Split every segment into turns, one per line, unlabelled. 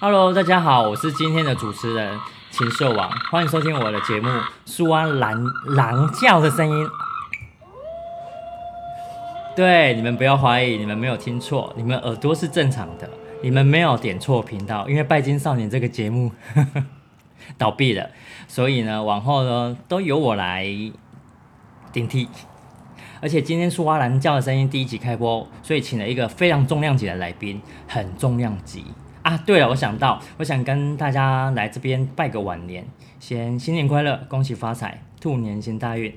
Hello，大家好，我是今天的主持人禽兽王，欢迎收听我的节目《苏安狼狼叫的声音》。对，你们不要怀疑，你们没有听错，你们耳朵是正常的，你们没有点错频道，因为《拜金少年》这个节目 倒闭了，所以呢，往后呢都由我来顶替。而且今天苏花兰教的声音第一集开播，所以请了一个非常重量级的来宾，很重量级啊！对了，我想到，我想跟大家来这边拜个晚年，先新年快乐，恭喜发财，兔年行大运。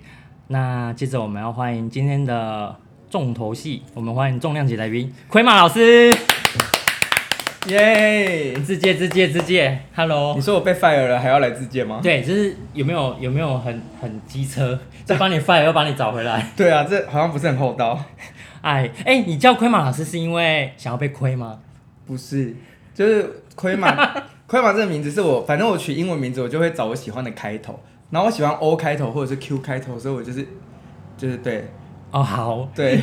那接着我们要欢迎今天的重头戏，我们欢迎重量级来宾奎马老师，
耶、
直接直接直接，Hello
你。说我被 fire 了，还要来自荐吗？
对，就是有没有有没有很很机车，再帮你 fire 又帮你找回来？
对啊，这好像不是很厚道。
哎哎，你叫亏马老师是因为想要被亏吗？
不是，就是亏 马，亏马这个名字是我，反正我取英文名字，我就会找我喜欢的开头。然后我喜欢 O 开头或者是 Q 开头，所以我就是就是对
哦，好，
对，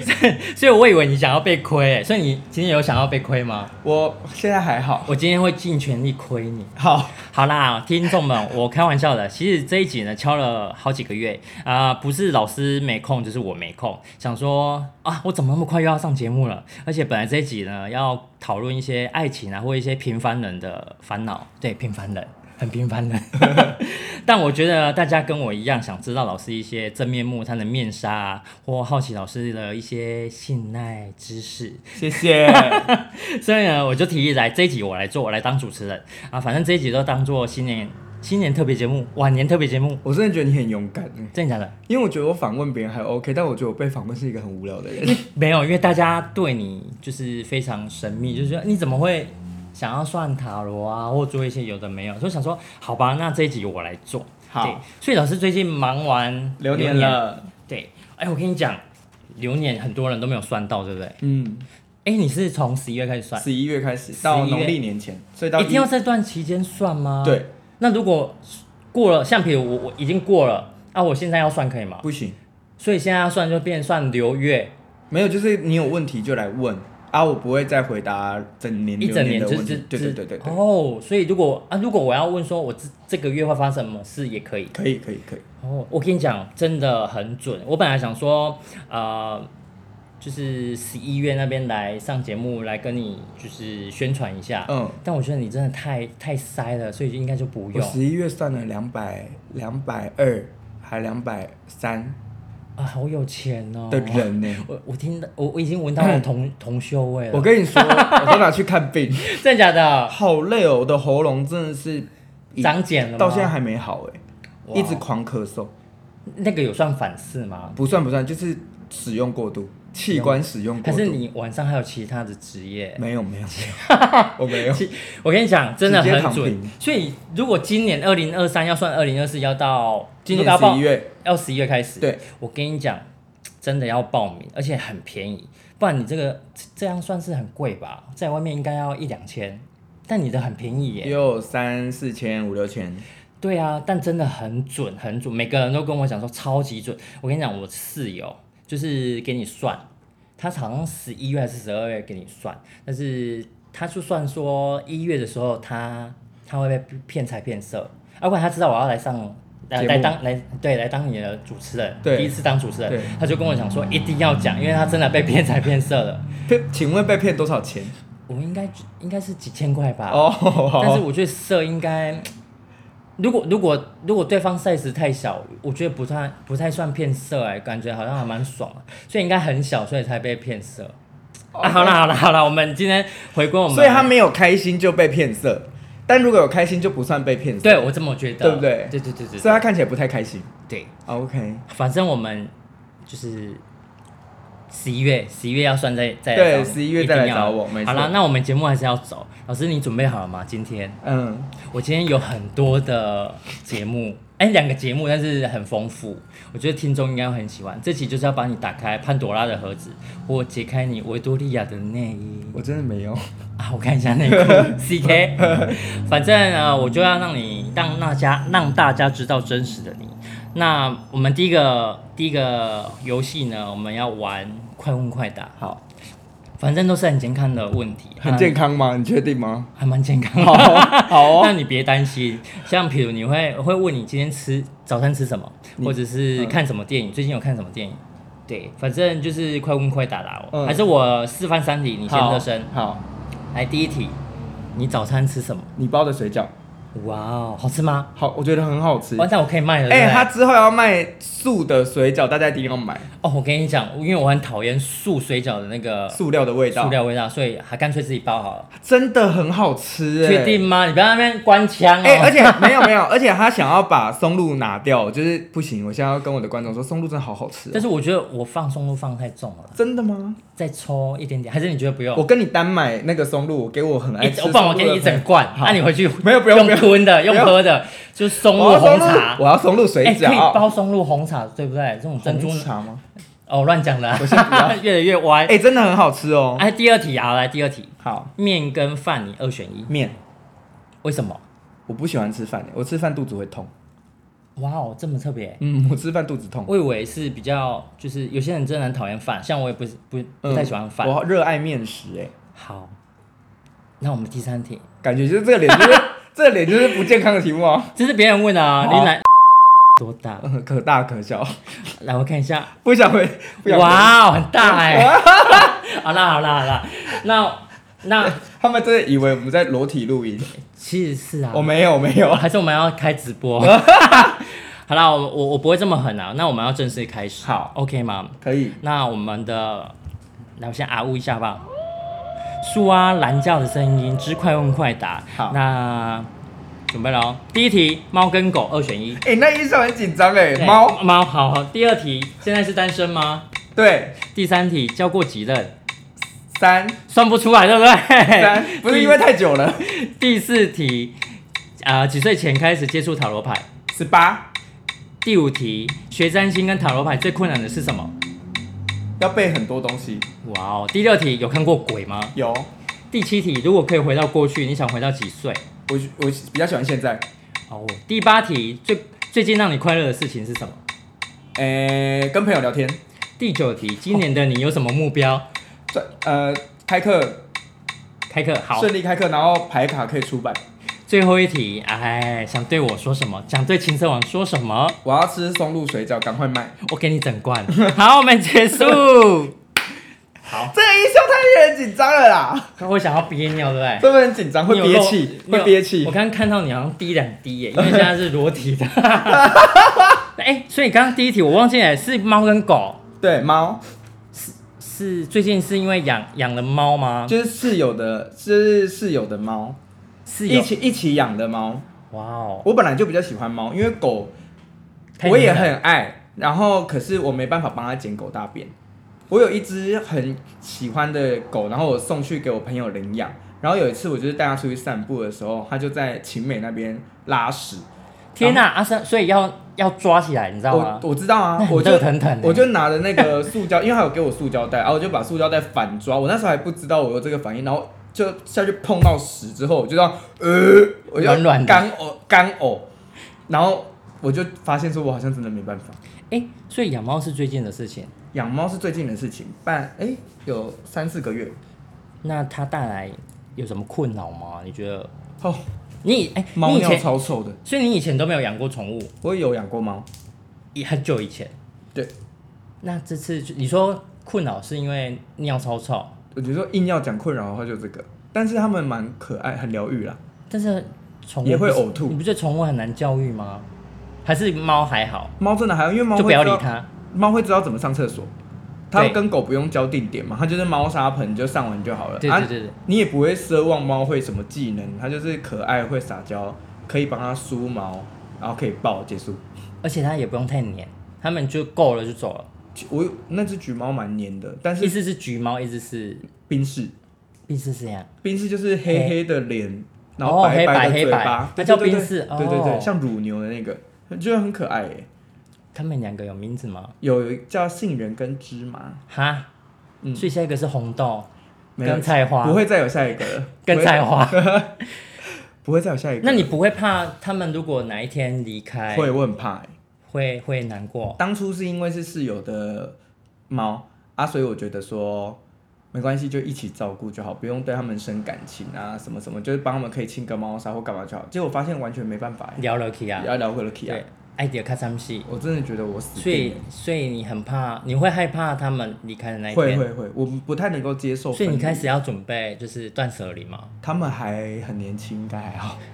所以我以为你想要被亏，所以你今天有想要被亏吗？
我现在还好，
我今天会尽全力亏你。
好，
好啦，听众们，我开玩笑的。其实这一集呢，敲了好几个月啊、不是老师没空，就是我没空。想说啊，我怎么那么快又要上节目了？而且本来这一集呢，要讨论一些爱情啊，或一些平凡人的烦恼。对，平凡人，很平凡人。但我觉得大家跟我一样，想知道老师一些真面目，他的面纱啊，或好奇老师的一些信赖知识。
谢谢。
所以呢，我就提议来这一集我来做，我来当主持人啊，反正这一集都当做新年新年特别节目、晚年特别节目，
我真的觉得你很勇敢，欸
真的假的？
因为我觉得我访问别人还 OK，但我觉得我被访问是一个很无聊的 人。
没有，因为大家对你就是非常神秘，就是说你怎么会想要算塔罗啊，或做一些有的没有，所以想说好吧，那这一集我来做。
好
对，所以老师最近忙完
流年，了，
对，哎，我跟你讲，流年很多人都没有算到，对不对？
嗯，
哎，你是从十一月开始算，
十一月开始到
11月
农历年前，所以到
一定要这段期间算吗？
对，
那如果过了，像比如我我已经过了，啊，我现在要算可以吗？
不行。
所以现在要算就变算流月，
没有，就是你有问题就来问啊，我不会再回答整年
一整
流年
年
的
之
问
之
题。对对对对对，
哦，所以如果啊，如果我要问说我这这个月会发生什么事也可以。
可以可以可以，
哦，我跟你讲，真的很准。我本来想说，呃，就是十一月那边来上节目来跟你就是宣传一下，
嗯，
但我觉得你真的太太塞了，所以就应该就不
我
用
十一月算了两百两百二还两百三
啊，好有钱哦。
的人呢、
我我听到我我已经闻到我 同同修味了。
我跟你说，我都拿去看病，
真的假的？
好累哦，我的喉咙真的是一
长茧了吗？
到现在还没好哎、
哇
一直狂咳嗽，
那个有算反噬吗？
不算不算，就是使用过度，器官使用
还
过
是
度。
你晚上还有其他的职业？
没有没有没有， 我没有。
其我跟你讲，真的
直接
很
躺
准
平。
所以如果今年二零二三要算二零二四，要到
今
如果要
年
报
十一月，
要十一月开始。
对，
我跟你讲，真的要报名，而且很便宜，不然你这个这样算是很贵吧？在外面应该要一两千，但你的很便宜耶。
有三四千五六千，
对啊，但真的很准，很准，每个人都跟我讲说超级准。我跟你讲，我室友就是给你算，他好像十一月还是十二月给你算，但是他就算说一月的时候他他会被骗财骗色，啊要、不然他知道我要来上。来
节目
来当来对来当你的主持人，
对
第一次当主持人
对，
他就跟我讲说一定要讲，因为他真的被骗财骗色了。
被请问被骗多少钱？
我应该应该是几千块吧，
哦，好
啊但是我觉得色应该，如果如果如果对方 size 太小，我觉得不太不太算骗色哎、感觉好像还蛮爽的、所以应该很小，所以才被骗色。啊，好啦好啦好啦，我们今天回归我们，
哦所以他没有开心就被骗色，但如果有开心就不算被骗色，
对我这么觉得，
对不对啊
对对对对
所以他看起来不太开心。啊
对，
OK，
反正我们就是十一月十一月要算再再
对
来找你
11月再来
一定要
找我没错
好啦，那我们节目还是要走，老师你准备好了吗？今天
嗯，
我今天有很多的节目，哎、两个节目，但是很丰富，我觉得听众应该会很喜欢。这期就是要帮你打开潘朵拉的盒子，或解开你维多利亚的内衣
我真的没有。
啊！我看一下内 裤，CK，反正呃，我就要让你让大家让大家知道真实的你。那我们第一个第一个游戏呢，我们要玩快问快答。
好，
反正都是很健康的问题，
很健康吗？你确定吗？
还蛮健康的。
好哦， 好
那
哦，
你别担心，像比如你会我会问你今天吃早餐吃什么，
你
或者是
嗯
看什么电影，最近有看什么电影？对，反正就是快问快答啦、哦。
嗯
还是我示范三题，你先热身。
好。好，
来，第一题，你早餐吃什么？
你包的水饺，
哇哦，好吃吗？
好，我觉得很好吃。
完蛋，我可以卖了。
哎、
对不对
他之后要卖素的水饺，大家一定要买
哦，我跟你讲，因为我很讨厌素水饺的那个
塑料的味道，
塑呃料味道，所以还干脆自己包好了。
真的很好吃、哎
确定？吗？你不要在那边官腔哦。
哎、而且 没有没有，而且他想要把松露拿掉，就是不行。我现在要跟我的观众说，松露真的好好吃、啊
但是我觉得我放松都放太重了，
真的吗？
再抽一点点，还是你觉得不用？
我跟你单买那个松露，给我很
哦
爱
一
吃
整
松
我
露的朋友。
帮我给你一整罐，那、你回去
没有不用
用
不用
吞的，用
不用
喝的，就是松
我
露
要松
红
露
茶。
我要松露水
哎、可以
饺。哦
包松露红茶，对不对？这种珍珠
红茶吗？
哦，乱讲的啊、
我先不要
越来越歪。
哎、
哎、
真的很好吃哦。
第二题啊，来第二题，
好，
面跟饭你二选一，
面
为什么？
我不喜欢吃饭、我吃饭肚子会痛。
哇哦，这么特别、
嗯，我吃饭肚子痛。
我以为是比较，就是有些人真的很讨厌饭，像我也不是不不太喜欢饭、
嗯我热爱面食、哎。
好，那我们第三题，
感觉就是这个 脸，就是这个脸就是不健康的题目啊，
这是别人问的啊，
好
你来 多大？
嗯可大可小，
来，我看一下，
不想回，不想回。
哇哦，很大哎、 好啦好啦好啦，那那
他们真的以为我们在裸体录音，
其实是啊，
我没有，我没有，
还是我们要开直 播。好啦，我我我不会这么狠啊，那我们要正式开始，
好
，OK 吗？
可以。
那我们的，来我先啊呜一下吧。树啊，懒觉的声音之快问快答。
好
那准备了哦。第一题，猫跟狗二选一。
哎、那医生很紧张哎，猫，
猫好好。第二题，现在是单身吗？
对，
第三题，交过几任？
三
算不出来，对不对？
三，不是因为太久了，
第四题，呃，几岁前开始接触塔罗牌？
十八
第五题，学占星跟塔罗牌最困难的是什么？
要背很多东西，
哇哦！第六题，有看过鬼吗？
有，
第七题，如果可以回到过去，你想回到几岁？
我我比较喜欢现在，
哦。第八题，最最近让你快乐的事情是什么？
哎、跟朋友聊天，
第九题，今年的你有什么目标？
转呃开课
开课好。
顺利开课，然后牌卡可以出版，
最后一题，哎，想对我说什么？想对秦始皇说什么？
我要吃松露水饺，赶快卖。
我给你整罐。好，我们结束。好，
这个医生太令人紧张了啦。
我想要憋尿，对不对？
会不会很紧张？会
你有
憋
漏
气，
你有
会憋气
我。刚刚看到你好像滴两滴耶，因为现在是裸体的。 哎、所以刚刚第一题我忘记了，是猫跟狗，
对，猫
是最近是因为养养了猫吗？
就是室友的，就是室友的猫，
是有
一起一起养的猫。
哇哦，
我本来就比较喜欢猫，因为狗
太
我也
厉害了
很爱，然后可是我没办法帮它捡狗大便。我有一只很喜欢的狗，然后我送去给我朋友领养。然后有一次，我就是带它出去散步的时候，它就在晴美那边拉屎。
天哪、阿生，所以要要抓起来，你知道
我
吗？
我知道啊
那，很
我就
热腾腾欸
我就拿着那个塑胶，因为他有给我塑胶袋，然后啊我就把塑胶袋反抓。我那时候还不知道我有这个反应，然后就下去碰到屎之后，我就这样呃，我就
软软的
干呕干呕，然后我就发现说我好像真的没办法。
哎、所以养猫是最近的事情。
养猫是最近的事情，但哎有三四个月
那它带来有什么困扰吗？你觉得？
哦，
你哎、
猫
你以
尿
前，
超臭的。
所以你以前都没有养过宠物，
我有养过猫，
也很久以前。
对，
那这次就你说困扰是因为尿超臭，
我觉得说硬要讲困扰的话就这个，但是它们蛮可爱，很疗愈啦。
但是宠物
也会
不是
呕吐
你不觉得宠物很难教育吗？还是猫还好，
猫真的还好，因为猫
就不
会
要
知
理
道啊
它。
猫会知道怎么上厕所，它
对
跟狗不用交定点嘛，它就是猫砂盆你就上完就好了。
对对对对
啊，你也不会奢望猫会什么技能，它就是可爱会撒娇，可以帮它梳毛，然后可以抱结束。
而且它也不用太黏，它们就够了就走了。
我那只橘猫蛮黏的，但
一
是
只是橘猫，一只是
冰室，
冰室是这样。
冰室就是黑黑的脸，然后
哦
白
黑白
的
黑
嘴
白
巴，
那
对
叫
对对
冰室
对对
哦
对，像乳牛的那个，觉得很可爱耶。
它们两个有名字吗？
有有一叫杏仁跟芝麻，
哈，
嗯
所以下一个是红豆
没有
跟菜花，
不会再有下一个了，
跟菜花。
不会再有下一个了。
那你不会怕它们如果哪一天离开，
会我很怕耶
会会难过？
当初是因为是室友的猫啊，所以我觉得说没关系，就一起照顾就好，不用对他们生感情啊，什么什么，就是帮他们可以清个猫砂或干嘛就好。结果发现完全没办法、欸，
聊了去啊，
聊聊回了 Kia，
对，爱迪卡三系，
我真的觉得我死
所
定
以
了。
所以你很怕，你会害怕他们离开的那一
会
天，
会会，我不太能够接受分
所
离。
以你开始要准备就是断舍离嘛。
他们还很年轻，应该还好。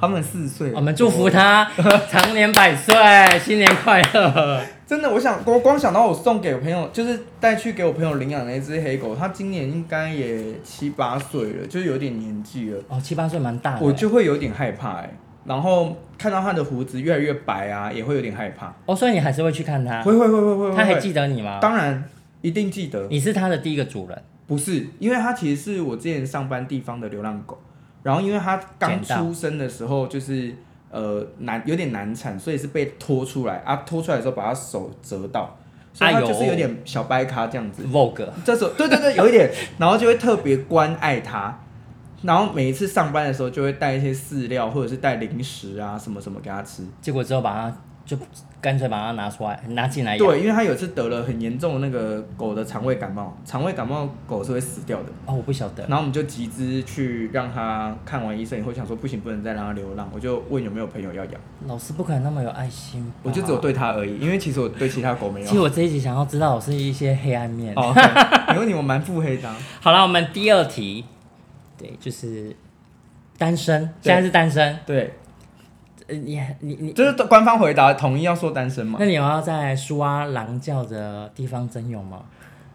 他们四岁，
哦我们祝福 他长年百岁，新年快乐。
真的，我想光光想到我送给我朋友，就是带去给我朋友领养的那只黑狗，它今年应该也七八岁了，就是有点年纪了，
哦，七八岁蛮大的欸，
我就会有点害怕哎、然后看到它的胡子越来越白啊，也会有点害怕。
哦，所以你还是会去看他，
会会会会会会。
他还
会
记得你吗？
当然一定记得，
你是他的第一个主人，
不是，因为它其实是我之前上班地方的流浪狗，然后因为它刚
捡到
出生的时候就是呃难有点难产，所以是被拖出来啊，拖出来的时候把它手折到，所以它
哎呦
就是有点小掰咖这样子。
Vogue，
这时候对对对，有一 点，然后就会特别关爱它，然后每一次上班的时候就会带一些饲料或者是带零食啊什么什么给它吃。
结果之后把他就干脆把他拿出来拿进来养。
对，因为它有一次得了很严重的那个狗的肠胃感冒，肠胃感冒狗是会死掉的。
哦，我不晓得
然。后我们就集资去让它看完医生以后，想说不行，不能再让它流浪。我就问有没有朋友要养，
老师不可能那么有爱心吧，
我就只有对它而已，因为其实我对其他狗没有
哦 其实。我这一集想要知道老师一些黑暗面。
哦，OK 没问题，我蛮腹黑的啊。
好了，我们第二题，对，就是单身，
对
现在是单身。
对，
呃，你你你，
就是官方回答统一要说单身嘛
那，你有要在苏阿狼叫的地方征友吗？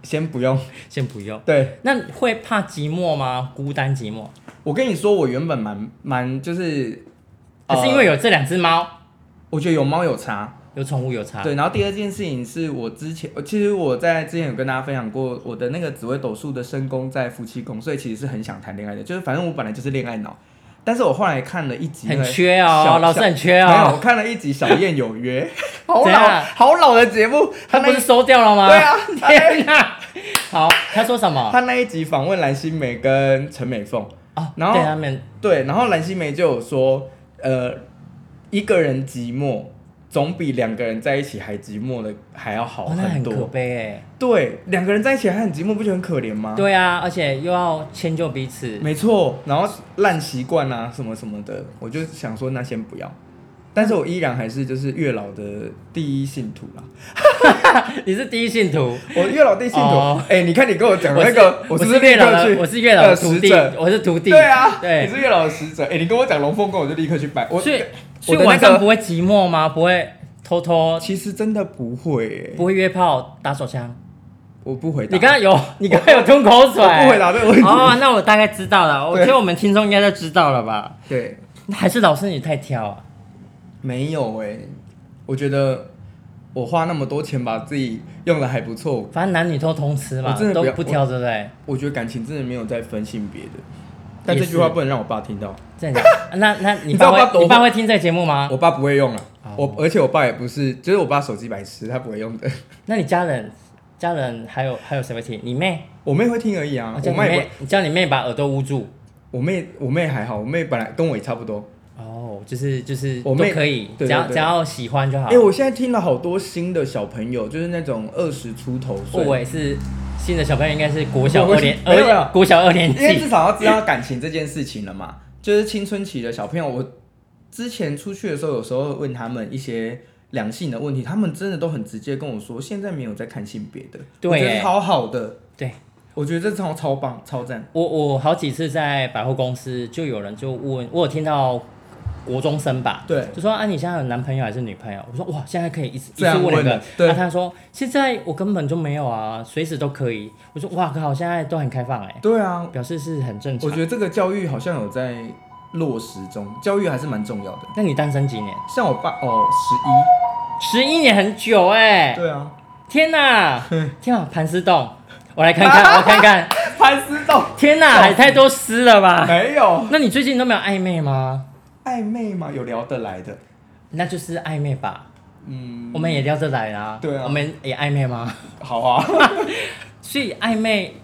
先不用。
先不用。
对，
那会怕寂寞吗？孤单寂寞？
我跟你说，我原本蛮蛮就是，呃
可是因为有这两只猫，
我觉得有猫有差。
有宠物有差。
对，然后第二件事情是我之前，呃其实我在之前有跟大家分享过，我的那个紫微斗数的身宫在夫妻宫，所以其实是很想谈恋爱的，就是反正我本来就是恋爱脑。但是我后来看了一集那个
很
小，
缺哦，老师很缺
没有，我
哦。
看了一集《小燕有约》， 好
怎
老
样
好老的节目，
他
他那
不
一
是收掉了吗？
对啊
天哪！ 好，他说什么？
他那一集访问蓝心湄跟陈美凤，
哦，
然后
对他们
对，然后蓝心湄就有说，呃，一个人寂寞总比两个人在一起还寂寞的还要好
哦，那很
多。
可悲
对，两个人在一起还很寂寞，不觉得很可怜吗
哎。？对啊，而且又要迁就彼此。
没错，然后烂习惯啊什么什么的，我就想说那先不要。但是我依然还是就是月老的第一信徒啦，
你是第一信徒，
我月老第一信徒，哎、
哦
你看你跟我讲
我
那
是
个，
我
是不
是月老
立刻
的，
去
我是月老的
呃
徒
使
弟
者，
我是徒弟。
对啊，你
对
是，月老的使者，哎、你跟我讲龙凤宫，我就立刻去拜。我
所以所以
我的那
晚上
个
不会寂寞吗？不会偷偷
其实真的不会、哎
不会约炮打手枪？
我不回答。
你刚刚有你刚刚有吞口水，
我不回答这个问题
哦，那我大概知道了，我
对
觉得我们听众应该都知道了 吧？
对，
还是老师你太挑啊？
没有哎、我觉得我花那么多钱把自己用的还不错，
反正男女都通吃嘛
我真，的
都
不要
不挑，对不对？
我觉得感情真的没有在分性别的。但
也
这
是
句话不能让我爸听到，
真 的假的？那那你
你知道
爸
我爸
会
多
你爸会听这个节目吗？
我爸不会用啊。
哦
我而且我爸也不是，就是我爸手机白痴，他不会用的。
那你家人家人还有还有谁会听？你妹，
我妹会听而已啊，
我
我
叫你
妹也
哦妹，你叫你妹把耳朵捂住。
不，我妹我妹还好，我妹本来跟我也差不多。
哦，就是就是
我
都
妹
可以，
对
只要
对对
只要喜欢就好
哎、。我现在听了好多新的小朋友，就是那种二十出头岁，
我也是新的小朋友，应该是国小
我
二年
没有没
二
有
国小二年
因为至
级。
少要知道感情这件事情了嘛。就是青春期的小朋友，我之前出去的时候，有时候问他们一些两性的问题，他们真的都很直接跟我说，现在没有在看性别的，
对
我觉得
耶
超好的，
对，
我觉得这超超棒，超赞。
我我好几次在百货公司就有人就问我有听到国中生吧，
对
就说啊你现在有男朋友还是女朋友？我说哇现在可以一次一次
这样
问两
问
个
的，对
那、他说现在我根本就没有啊，随时都可以。我说哇靠，现在都很开放哎、
对啊，
表示是很正常
我觉。得这个教育好像有在落实中，教育还是蛮重要的。
那你单身几年？
像我爸哦，十
十一年很久哎、
一，对啊，
天 哪，天啊，盘丝洞，我来看看，我看看，
潘思栋
天哪，也太多丝了吧？
没有
那你最近都没有暧昧吗？
暧昧嘛，有聊得来的，
那就是暧昧吧。
嗯，
我们也聊得来啦，
对啊
我们也暧昧 吗？
好啊。
所以暧昧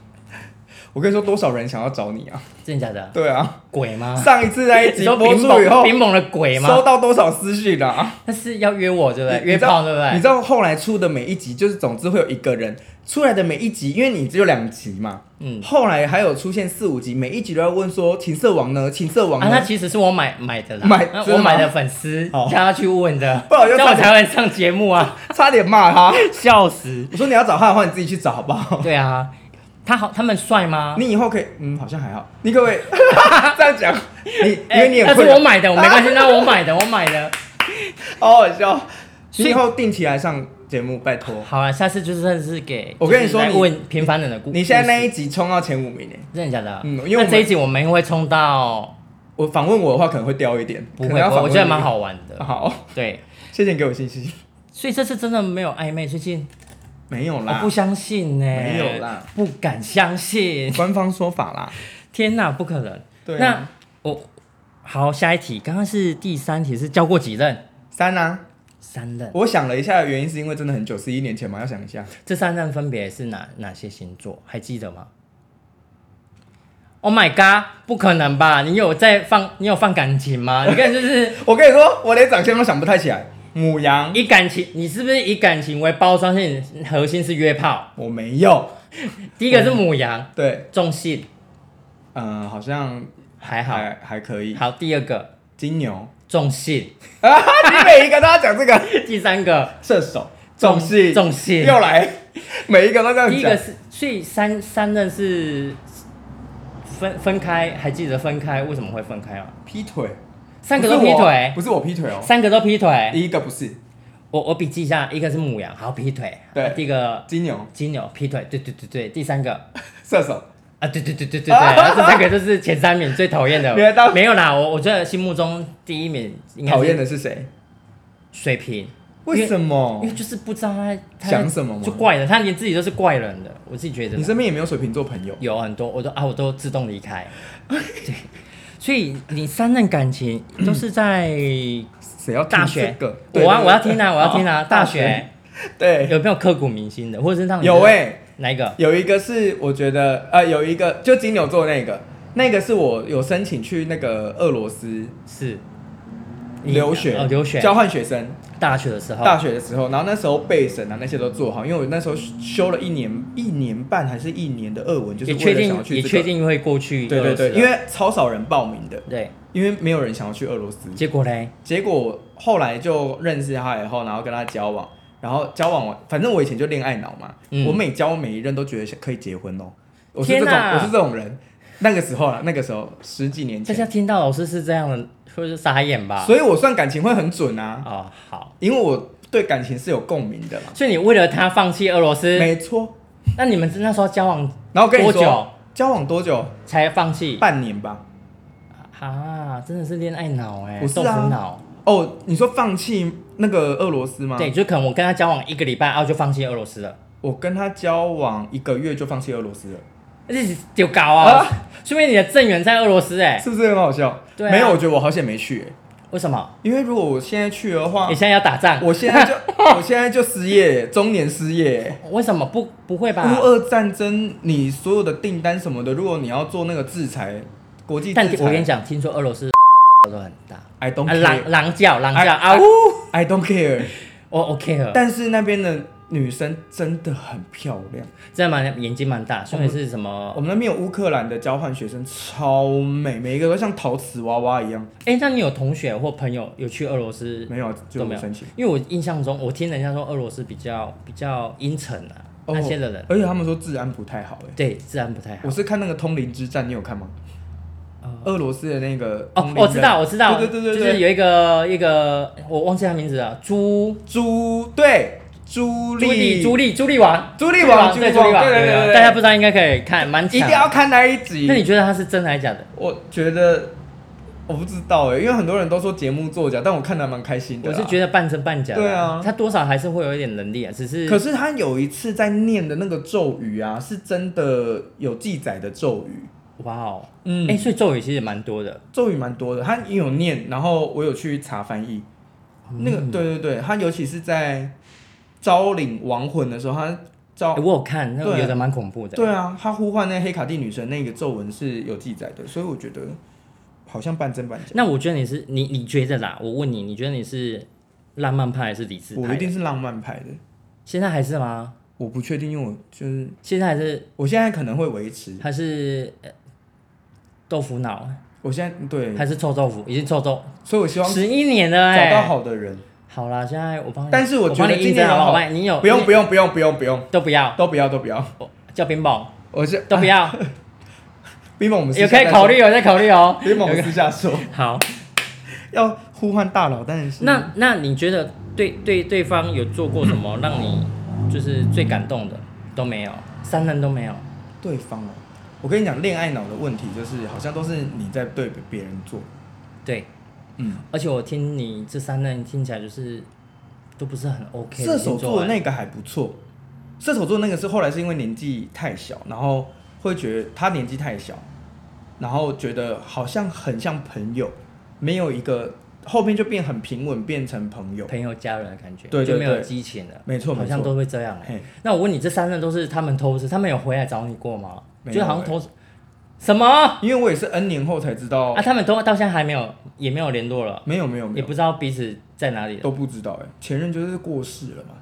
我跟你说，多少人想要找你啊？
真的假的？
对啊，
鬼吗？
上一次那一
你
集
说
播
冰
出以后
猛，冰猛的鬼
收
吗？
到多少私讯啊？
他是要约我对不对？
你
约
知道
炮对不
你
对
知？道后来出的每一集，就是总之会有一个人，出来的每一集，因为你只有两集嘛，
嗯，
后来还有出现四五集，每一集都要问说情色王呢，情色王
啊，
呢，
那其实是我买买的啦，
买
那
真的
我
吗
买的粉丝
好
叫他去问的，
不然我就
这样我
差
才
点
会上节目 啊，
差点骂他。
笑死。
我说你要找他的话，你自己去找好 不好？
对啊，他好，他们帅吗？
你以后可以，嗯，好像还好。你可 不可以这样讲？你因为你也
那
会
哎是我买的，我 没关系，那我买的，我买的。
好好笑。
所
你
以
以后定期来上节目，拜托。
好了，下次就算是给
我跟你说
就是来
你
问平凡人的故
你现在那
故
一集冲到前五名诶，
事真的假的？
嗯因为我们
那这一集我们会冲到
我访问我的话可能会掉一点，
不
可
会，
能要
不会
访
我
问
觉得
你哦
蛮。好玩的。
好，
对，
谢谢你给我信息。
所以这次真的没有暧昧，最近
没有
我
啦
不，相信呢，
没有啦，
不敢相信，
官方说法啦。
天哪，不可能。
对啊，
那我好，下一题，刚刚是第三题，是交过几任？
三啊，
三任，
我想了一下，原因是因为真的很久，十一年前嘛，要想一下。
这三任分别是哪哪些星座？还记得吗？Oh my god，不可能吧？你有在放，你有放感情吗？你看就是
我跟你说，我连长相都想不太起来。母羊，
以感情，你是不是以感情为包装？性核心是约炮，
我没有。
第一个是母羊，
对，
重性
嗯、好像
还好，
还还可以。
好，第二个
金牛
重性，
啊，你每一个都要讲这个。
第三个
射手，重戏，
重性，
又来， 每一个都这
第
样
一个
讲。
是，所以三三任是分分开，还记得分开为什么会分开吗？啊
劈腿，
三个都劈腿
不，是我不是我劈腿哦，
三个都劈腿。
第一个不是
我我笔记一下，一个是母羊，好劈腿。
对
啊第一个
金牛，
金牛劈腿，对对对对。第三个
射手，
啊，对对对 对对对。然后这三个就是前三名最讨厌的。
原来当
没有啦，我我觉得心目中第一名应该是
讨厌的是谁？
水瓶。
为什
因
么
为？就是不知道他他
想什么吗
就怪人，他连自己都是怪人的，我自己觉得啦。
你身边也没有水瓶座朋友，
有很多，我都啊，我都自动离开。对，所以你三任感情都是在
谁要听
大学
嗯这个？对
我啊，
对哦
我要听啊，我要听啊。
好
大学
对，
有没有刻骨铭心的，或者是让你
有
哎、
哎，
哪一个？
有一个是我觉得呃，有一个就金牛座那个，那个是我有申请去那个俄罗斯
是你
留学，
哦，留学
交换学生，
大学的时候，
大学的时候，然后那时候备审啊那些都做好，因为我那时候修了一年一年半还是一年的俄文，就是
也
为
确
了想要
定
去、
也
这个
确定会过去
对
俄
对
罗斯了，
对，因为超少人报名的，
对，
因为没有人想要去俄罗斯。
结果嘞，
结果后来就认识他以后，然后跟他交往，然后交往完，反正我以前就恋爱脑嘛，
嗯
我每交每一任都觉得可以结婚哦，我是
天
这种
哪
我是这种人。那个时候啦，那个时候十几年
大家
前，
听到老师是这样的，会是傻眼吧？
所以我算感情会很准啊，
哦，好，
因为我对感情是有共鸣的嘛。
所以你为了他放弃俄罗斯，
没错，
那你们那时候交往
然后跟你
多久
说，交往多久？
才放弃？
半年吧。
啊，真的是恋爱脑哎、
不是
豆
啊
腐脑。
哦，你说放弃那个俄罗斯吗？
对，，就可能我跟他交往一个礼拜，然后就放弃俄罗斯了，
我跟他交往一个月就放弃俄罗斯了，
这是丢搞啊！说明你的正缘在俄罗斯哎、
是不是很好笑？
对啊
没有，我觉得我好险没去、欸
为什么？
因为如果我现在去的话
你，现在要打仗？
我现在就我现在就失业、中年失业、
为什么不不会吧？
乌俄战争，你所有的订单什么的，如果你要做那个制裁，国际制
但
裁，
我跟你讲，听说俄罗斯 都很大，
i don't
啊狼
care，I、
狼叫狼叫
啊
啊呜！
I don't care。
我 OK 了，
但是那边的女生真的很漂亮，
真的蛮眼睛蛮大，说明是什
我
么？
们那边有乌克兰的交换学生，超美，每一个都像陶瓷娃娃一样。
哎、那你有同学或朋友有去俄罗斯？
没有，就
都没
我
有
申请。
因为我印象中，我听人家说俄罗斯比较比较阴沉啊，
哦
那些的人
而且他们说治安不太好、欸，
对治安不太好
我。是看那个《通灵之战》，你有看吗？俄罗斯的那个
呃哦
通，灵
我知道，
人
我知道，
对对对对
就是
对，
有一个一个，我忘记他名字了，朱
朱对朱
朱
莉
莉朱莉朱莉王，
朱莉王
对
朱
朱
莉
莉
王
王，
对对对对
大家不知道应该可以看，蛮
一
强
定
的。
要看那一集
那。你觉得他是真的还是假的？
我觉得我不知道哎、因为很多人都说节目作假，但我看的蛮开心的啊
我
啦。
是觉得半真半假的。
对啊
他多少还是会有一点能力啊，只是
可是他有一次在念的那个咒语啊，是真的有记载的咒语，
哇哦，
嗯
哎，所以咒语其实也蛮多的。
咒语蛮多的。他也有念，然后我有去查翻译。那
嗯
个对对对，他尤其是在招领亡魂的时候，他招
诶哎我有看，那
对
个
啊
有的蛮恐怖的。
对啊，他呼唤那黑卡蒂女神那个皱纹是有记载的，所以我觉得好像半真半假。
那我觉得你是你你觉得啦，我问你，你觉得你是浪漫派还是理智
我
派
一
的？
定是浪漫派的，
现在还是吗？
我不确定，因为我就是
现在还是
我现在可能会维持，
还是呃豆腐脑，
我现在对，
还是臭豆腐，已经臭豆
所以嗯我希望
十一年了哎、
找到好的人，
好啦，现在我帮你，
但是我觉得
帮你
今
应
年
征好不
有
好？我帮你你有
不用不
用
用不用不用不用，
都不要，
都不要都不要，
我叫冰雹
我是
都不要，
冰啊猛，我们私
也
下
可以
再
考
说，
虑哦，再考虑哦。
冰猛我们私下 说，
好，
要呼唤大佬，但是
那那你觉得对对对方有做过什么让你就是最感动的都没有，三人都没有，
对方哦，我跟你讲，恋爱脑的问题就是好像都是你在对别人做，
对，
嗯，
而且我听你这三任听起来就是都不是很 OK 的
射手
星座
座
欸。
那个还不错，射手座那个是后来是因为年纪太小，然后会觉得他年纪太小，然后觉得好像很像朋友，没有一个后面就变很平稳，变成朋友。
朋友家人的感觉，
对对
就没有
对
激情了，
没错
好
没
像
错
都会这样欸、
嘿，
那我问你，这三任都是他们偷吃，他们有回来找你过吗？
没有
就好像偷什么啊？
因为我也是 N 年后才知道，
他们都到现在还没有，也没有联络了，
没有没有没
也
有
不知道彼此在哪里了。
都不知道哎、前任就是过世了嘛，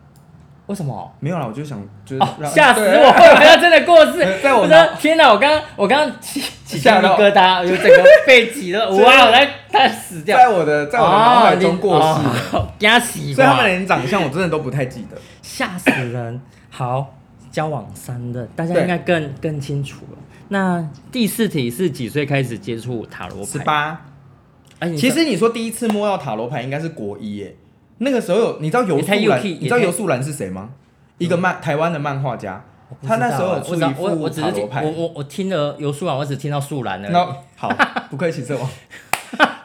为什么？
没有啦，我就想就是
哦，
让
吓死
对
我！我还要真的过世
呃，在我
我
脑
说天哪！我刚刚我刚刚起起鸡皮
吓到
疙瘩，我就整个被挤 了，
真的
哇！我在他死掉，
在我的在我的脑海中过世了。
哦，给他洗
所以他们
吧，
连长相我真的都不太记得。
吓死人！好，交往三任，大家
对
应该更更清楚了。那第四题是几岁开始接触塔罗
十
牌？
八，
哎，你
其
说
实你说第一次摸到塔罗牌应该是国一耶，那个时候有你知道游
也
素
太
兰，
幼气
你知道
也太
游素兰是谁吗？一个漫台湾的漫画家，
我不知
他
道
那时候
啊我
有出
知道
一
我
副
我只是
塔
听
罗
我
牌。
我我听了有素兰，我只听到素兰而已。
那好，不愧骑色王，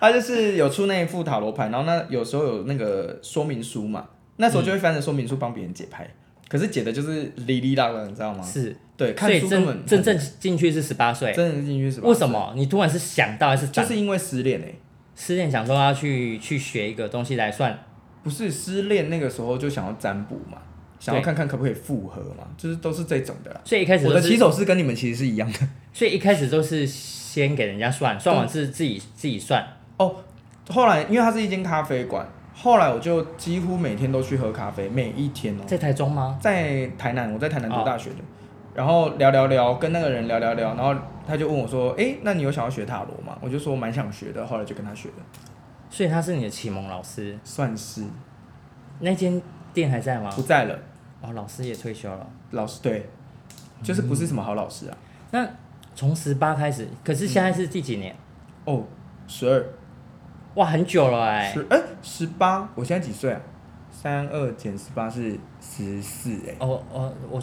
他就是有出那一副塔罗牌，然后那有时候有那个说明书嘛，那时候就会翻着说明书帮别人解牌，可是解的就是哩哩啦啦，你知道吗？
是，
对，看
所以
书根本
真真正进去是十八岁，
真的进去是吧？
为什？么你突然是想到还是
就
长
是因为失恋哎，
失恋想说要去去学一个东西来算？
不是失恋那个时候就想要占卜嘛，想要
对
看看可不可以复合嘛，就是都是这种的啦。
所以一开始
我
都
的起
是，
手式跟你们其实是一样的
所以一开始都是先给人家算，算完是自己自己算。
哦。后来因为它是一间咖啡馆，后来我就几乎每天都去喝咖啡，每一天哦，
在台中吗？
在台南，我在台南
哦
读大学的。然后聊聊聊，跟那个人聊聊聊，然后他就问我说：“哎，那你有想要学塔罗吗？”我就说蛮想学的，后来就跟他学的，
所以他是你的启蒙老师。
算是
那间店还在吗
不？在了。
哦，老师也退休了。
老师对，就是不是什么好老师啊。
那从十八开始，可是现在是第几年？
哦，十二，
哇，很久了哎、
十哎十八，我现在几岁啊？三二减十八是十四哎，
哦哦，我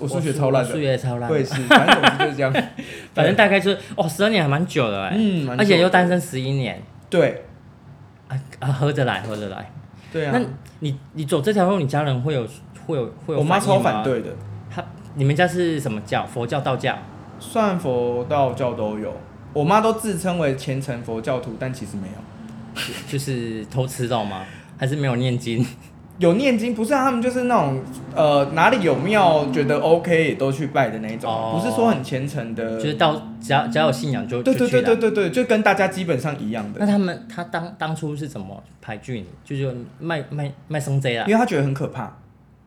我数学超烂
我数
的，
学超烂
我也
的，。
是，反正总之就是这样
反正大概就是哦，十二年还蛮久的哎、
嗯蛮久的
而且又单身十一年，
对
啊啊，合得来，合得来。
对啊
那，你你走这条路，你家人会有会有会有？
我妈超反。对的，
她你们家是什么教？佛教、道教？
算佛道教都有，我妈都自称为虔诚佛教徒，但其实没有。
就是偷吃肉吗？还是没有念经？
有念经，不是、啊、他们就是那种呃哪里有庙觉得 OK 也都去拜的那一种，
哦
不是说很虔诚的
就。是到只要只要有信仰就
对
就
呃对
去
对
了
对对对，就跟大家基本上一样的
那，他们他当当初是怎么排拒你？就是卖卖卖生贼啊
因？为她觉得很可怕。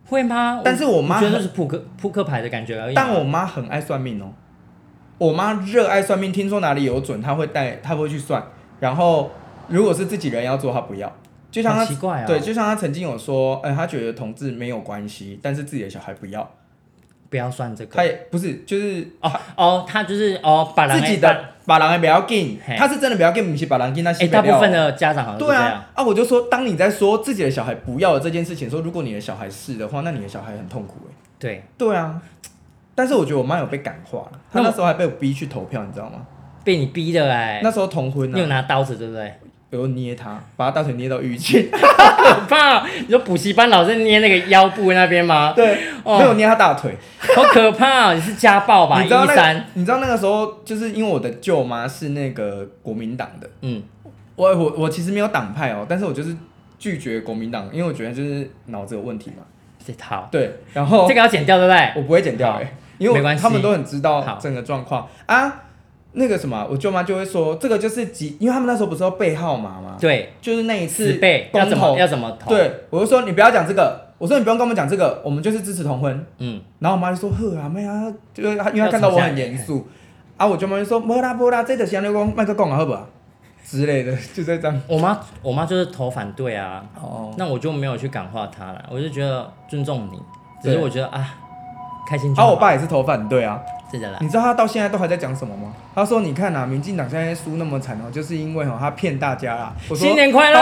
会吗？
但是我妈
觉得
很
就是扑克扑克牌的感觉而已嘛。啊
但我妈很爱算命哦，我妈热爱算命，听说哪里有准，她会带，她会去算。然后如果是自己人要做，她不要。就像她
好奇怪啊
对，就像她曾经有说，哎、她觉得同志没有关系，但是自己的小孩不要。
不要算这
她
个。啊
也不是，就是
哦哦，他就是哦，把人
自己的把狼也不要进
嘿，
她是真的不要进，不是把狼进，那
哎，
是
大部分的家长好像是
对
这样。
啊，啊，我就说，当你在说自己的小孩不要的这件事情的时候，说如果你的小孩是的话，那你的小孩很痛苦哎、
对，
对啊，但是我觉得我妈有被感化了，她
那我
那时候还被我逼去投票，你知道吗？
被你逼的哎。
那时候同婚
你有
啊，
拿刀子对不对？
有捏她，把她大腿捏到淤青，
可怕！你说补习班老师捏那个腰部那边吗？
对，
哦
没有捏她大腿。
好可怕！你是家暴吧？
你
一
知道那
三
个，，你知道那个时候，就是因为我的舅妈是那个国民党的，
嗯，
我我我其实没有党派哦，但是我就是拒绝国民党，因为我觉得就是脑子有问题嘛。
这套
对，然后
这个要剪掉对不对？
我不会剪掉、
好
欸，因
没
为
关系
他们都很知
好
道整个状况啊。那个什么，我舅妈就会说，这个就是几，因为他们那时候不是要背号码吗？
对，
就是那一
十
次
倍
公
要怎
投
么要，怎么投？
对我就说你不要讲这个，我说你不用跟我们讲这个，我们就是支持同婚。
嗯，
然后我妈就说：“呵啊妹啊，就是她因为她看到我很严肃，
哎
啊，我舅妈就说：‘没啦没啦，这就是安尼讲，麦克讲啊，好不好？’之类的，就这样。
我妈我妈就是投反对啊，
哦，
那我就没有去感化她了，我就觉得尊重你，只
对
是我觉得啊，开心就
然
好。
啊后我爸也是投反对啊。
是的啦，
你知道他到现在都还在讲什么吗？他说：‘你看啊，民进党现在输那么惨哦，就是因为哦他骗大家啦。’我说
新年快乐！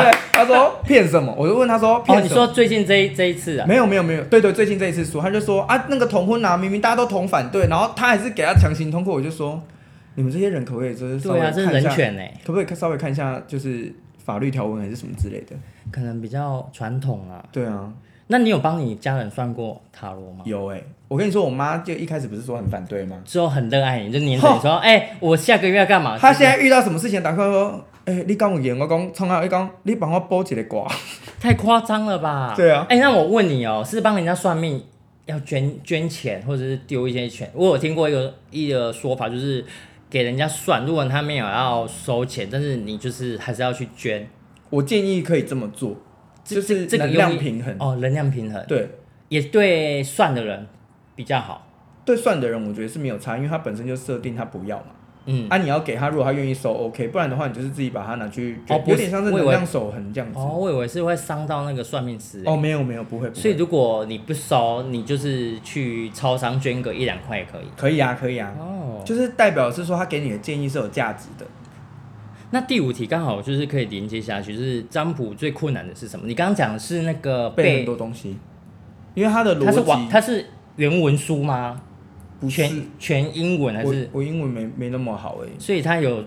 对，他说骗什么？我就问他说骗
哦，你
什么？
说最近这一这一次啊，
没有没有没有，对对，最近这一次说，他就说啊，那个同婚啊，明明大家都同反对，然后他还是给他强行通过，我就说，你们这些人可不可以就是稍微
对啊，
看
这
一
是
下，
人权哎、
可不可以稍微看一下就是法律条文还是什么之类的？
可能比较传统啊。
对啊，
那你有帮你家人算过塔罗吗？
有哎、我跟你说，我妈就一开始不是说很反对吗？
之后很热爱你，就黏着你说，哎、我下个月要干嘛？
哦她现在遇到什么事情，打电话说，哎、你讲我言，我讲创啊，你讲你帮我拨一个卦，
太夸张了吧？
对啊
哎、那我问你哦、是帮人家算命要捐捐钱，或者是丢一些钱？我有听过一个一个说法，就是给人家算，如果他没有要收钱，但是你就是还是要去捐，
我建议可以这么做，
这
就是
这这个
能量
用意
平衡，
哦，能量平衡，
对。
也对算的人比较好。
对算的人，我觉得是没有差，因为他本身就设定他不要嘛。
嗯，
啊，你要给他，如果他愿意收，OK，不然的话，你就是自己把它拿去捐，
哦不是
有点像是
我以为
能量守恒这样子。
哦，我以为是会伤到那个算命师、
嗯
欸
哦，没有没有，不会不
所以
会，
如果你不收，你就是去超商捐个一两块也可以。
可以啊可以啊，
哦，
就是代表是说他给你的建议是有价值的。
那第五题刚好就是可以连接下去，就是占卜最困难的是什么？你刚刚讲的是那个
背很
背，
多东西，因为他的
它是
逻
网，
辑
它是原文书吗？
不是
全全英文还
我
是？
我英文没没那么好哎、
所以它有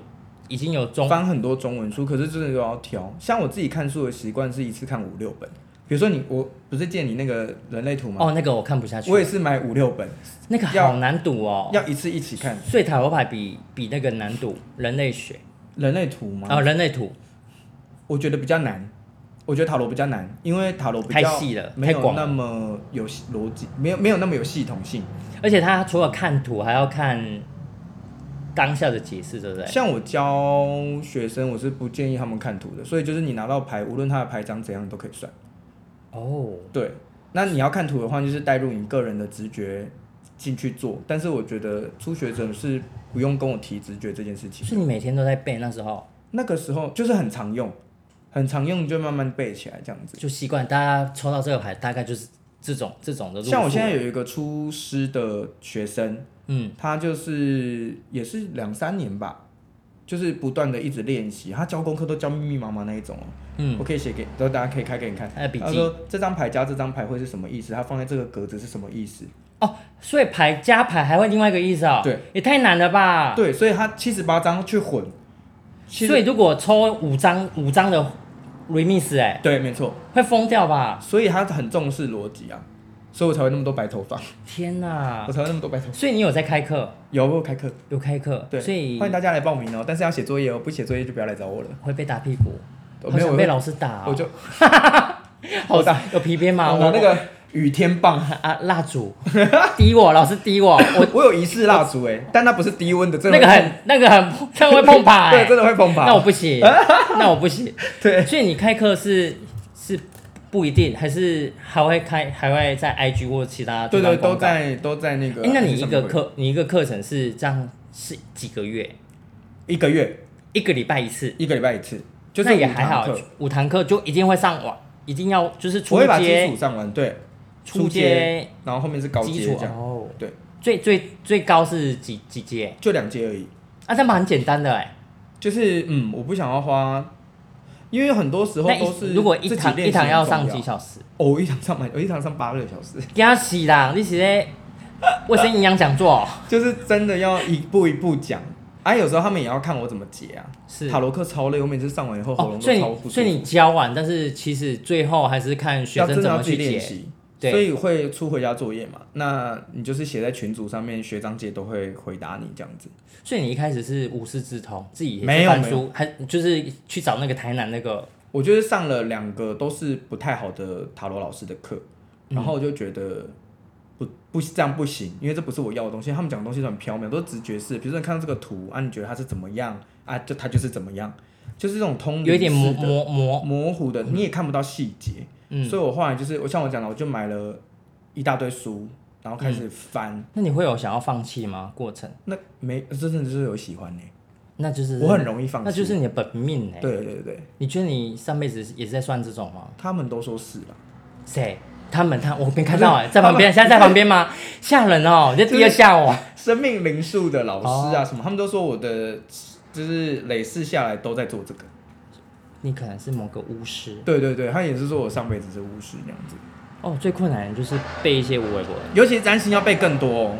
已经有中
翻很多中文书，可是真的都要挑。像我自己看书的习惯是一次看五六本，比如说你我不是借你那个人类图吗？
哦，那哦个我看不下去
我，也是买五六本，
那个好
要
难读哦。
要一次一起看
所以塔罗牌比比那个难读，人类学
人类图吗？
啊、人类图
我觉得比较难，我觉得塔罗比较难，因为塔罗比
太
较
细了
没
太
有
广了
那么有系逻辑，没有没有那么有系统性。
而且他除了看图，还要看当下的解释，对不对？
像我教学生，我是不建议他们看图的，所以就是你拿到牌，无论它的牌长怎样，你都可以算。
哦，
对，那你要看图的话，就是带入你个人的直觉进去做。但是我觉得初学者是不用跟我提直觉这件事情，
是你每天都在背，那时候
那个时候就是很常用，很常用，就慢慢背起来这样子。
就习惯，大家抽到这个牌，大概就是这种这种的路数。
像我现在有一个出师的学生，
嗯，
他就是也是两三年吧，就是不断的一直练习，他教功课都教密密麻麻那一种哦。
嗯，
我可以写给，然后大家可以开给你看。
还有笔记
他说这张牌加这张牌会是什么意思？它放在这个格子是什么意思？
哦，所以牌加牌还会另外一个意思哦，
对，
也太难了吧？
对，所以他七十八张去混。其实
所以如果抽五张五张的 remix，哎、
对，没错，
会疯掉吧？
所以他很重视逻辑啊，所以我才会那么多白头发，
天哪、
我才会那么多白头发。
所以你有在开课，
有我有开课，
有开课，
对，
所以
欢迎大家来报名哦，但是要写作业哦，不写作业就不要来找我了。
会被打屁股，
我
好
没有
想
我
被老师打、哦，
我就
好
我打
有皮鞭吗？
我拿那个雨天棒，
啊，蜡烛滴我，老师滴我，我
我有疑似蜡烛哎，但它不是低温的， 真的
那个
会
很那个很那个会碰趴、欸，
对，真的会崩盘。
那我不 行，那我不行。
对，
所以你开课是是不一定，还是还会开，还会在 IG 或其他地
对
方
对，都
公告。
在都在那个。
哎、那你一个课，你一个课程是这样是几个月？
一个月
一个礼拜一次，
一个礼拜一次，就是
那也
五堂
还好
课，
五堂课就一定会上网，一定要就是
我
初
会把基
阶
础上完，对，
初
初
阶
阶，然后后面是高
基
阶
础
这样，
哦，
对，
最最最高是几几阶？
就两阶而已。
啊，这蛮简单的哎、
就是嗯，我不想要花，因为很多时候
那一
都是
如果
自
一
己
堂
练
一
习
堂
很
要
重
上几小时？
哦，我一堂上满，我一堂上八个小时，
惊死啦！你是咧卫生营养讲座？哦
就是真的要一步一步讲。啊，有时候他们也要看我怎么解啊。
是
塔罗课超累，我每次上完以后喉
哦
咙，
所
都
以
超不舒服。
你所以你教完，但是其实最后还是看学
要
生
真的
怎
要
么
自己
去
练
解。
习，
对
所以会出回家作业嘛？那你就是写在群组上面，学长姐都会回答你这样子。
所以你一开始是无师自通，自己也是
没有
翻
没有
书，还就是去找那个台南那个
我就是上了两个都是不太好的塔罗老师的课，
嗯
然后我就觉得不不这样不行，因为这不是我要的东西。他们讲的东西都很缥缈，都是直觉式。比如说你看到这个图啊，你觉得它是怎么样啊，就它就是怎么样，就是这种通灵
有一点模
式的
模模
模糊的，你也看不到细节。
嗯
所以我后来就是我像我讲的，我就买了一大堆书，然后开
嗯
始翻。
那你会有想要放弃吗？过程，
那没，这真的就是有喜欢呢、
那就是
我很容易放弃。
那就是你的本命哎、
对对对对，
你觉得你上辈子也是在算这种吗？
他们都说是啦。
谁？他们 他我没看到哎、
不是
在旁边，
他
现在在旁边吗？吓人哦！你在第二吓我。
生命灵数的老师
哦
啊，什么，他们都说我的就是累世下来都在做这个。
你可能是某个巫师
对对对，他也是说我上辈子是巫师那样子，
哦。最困难的就是背一些无为不为。
尤其是占星要背更多哦。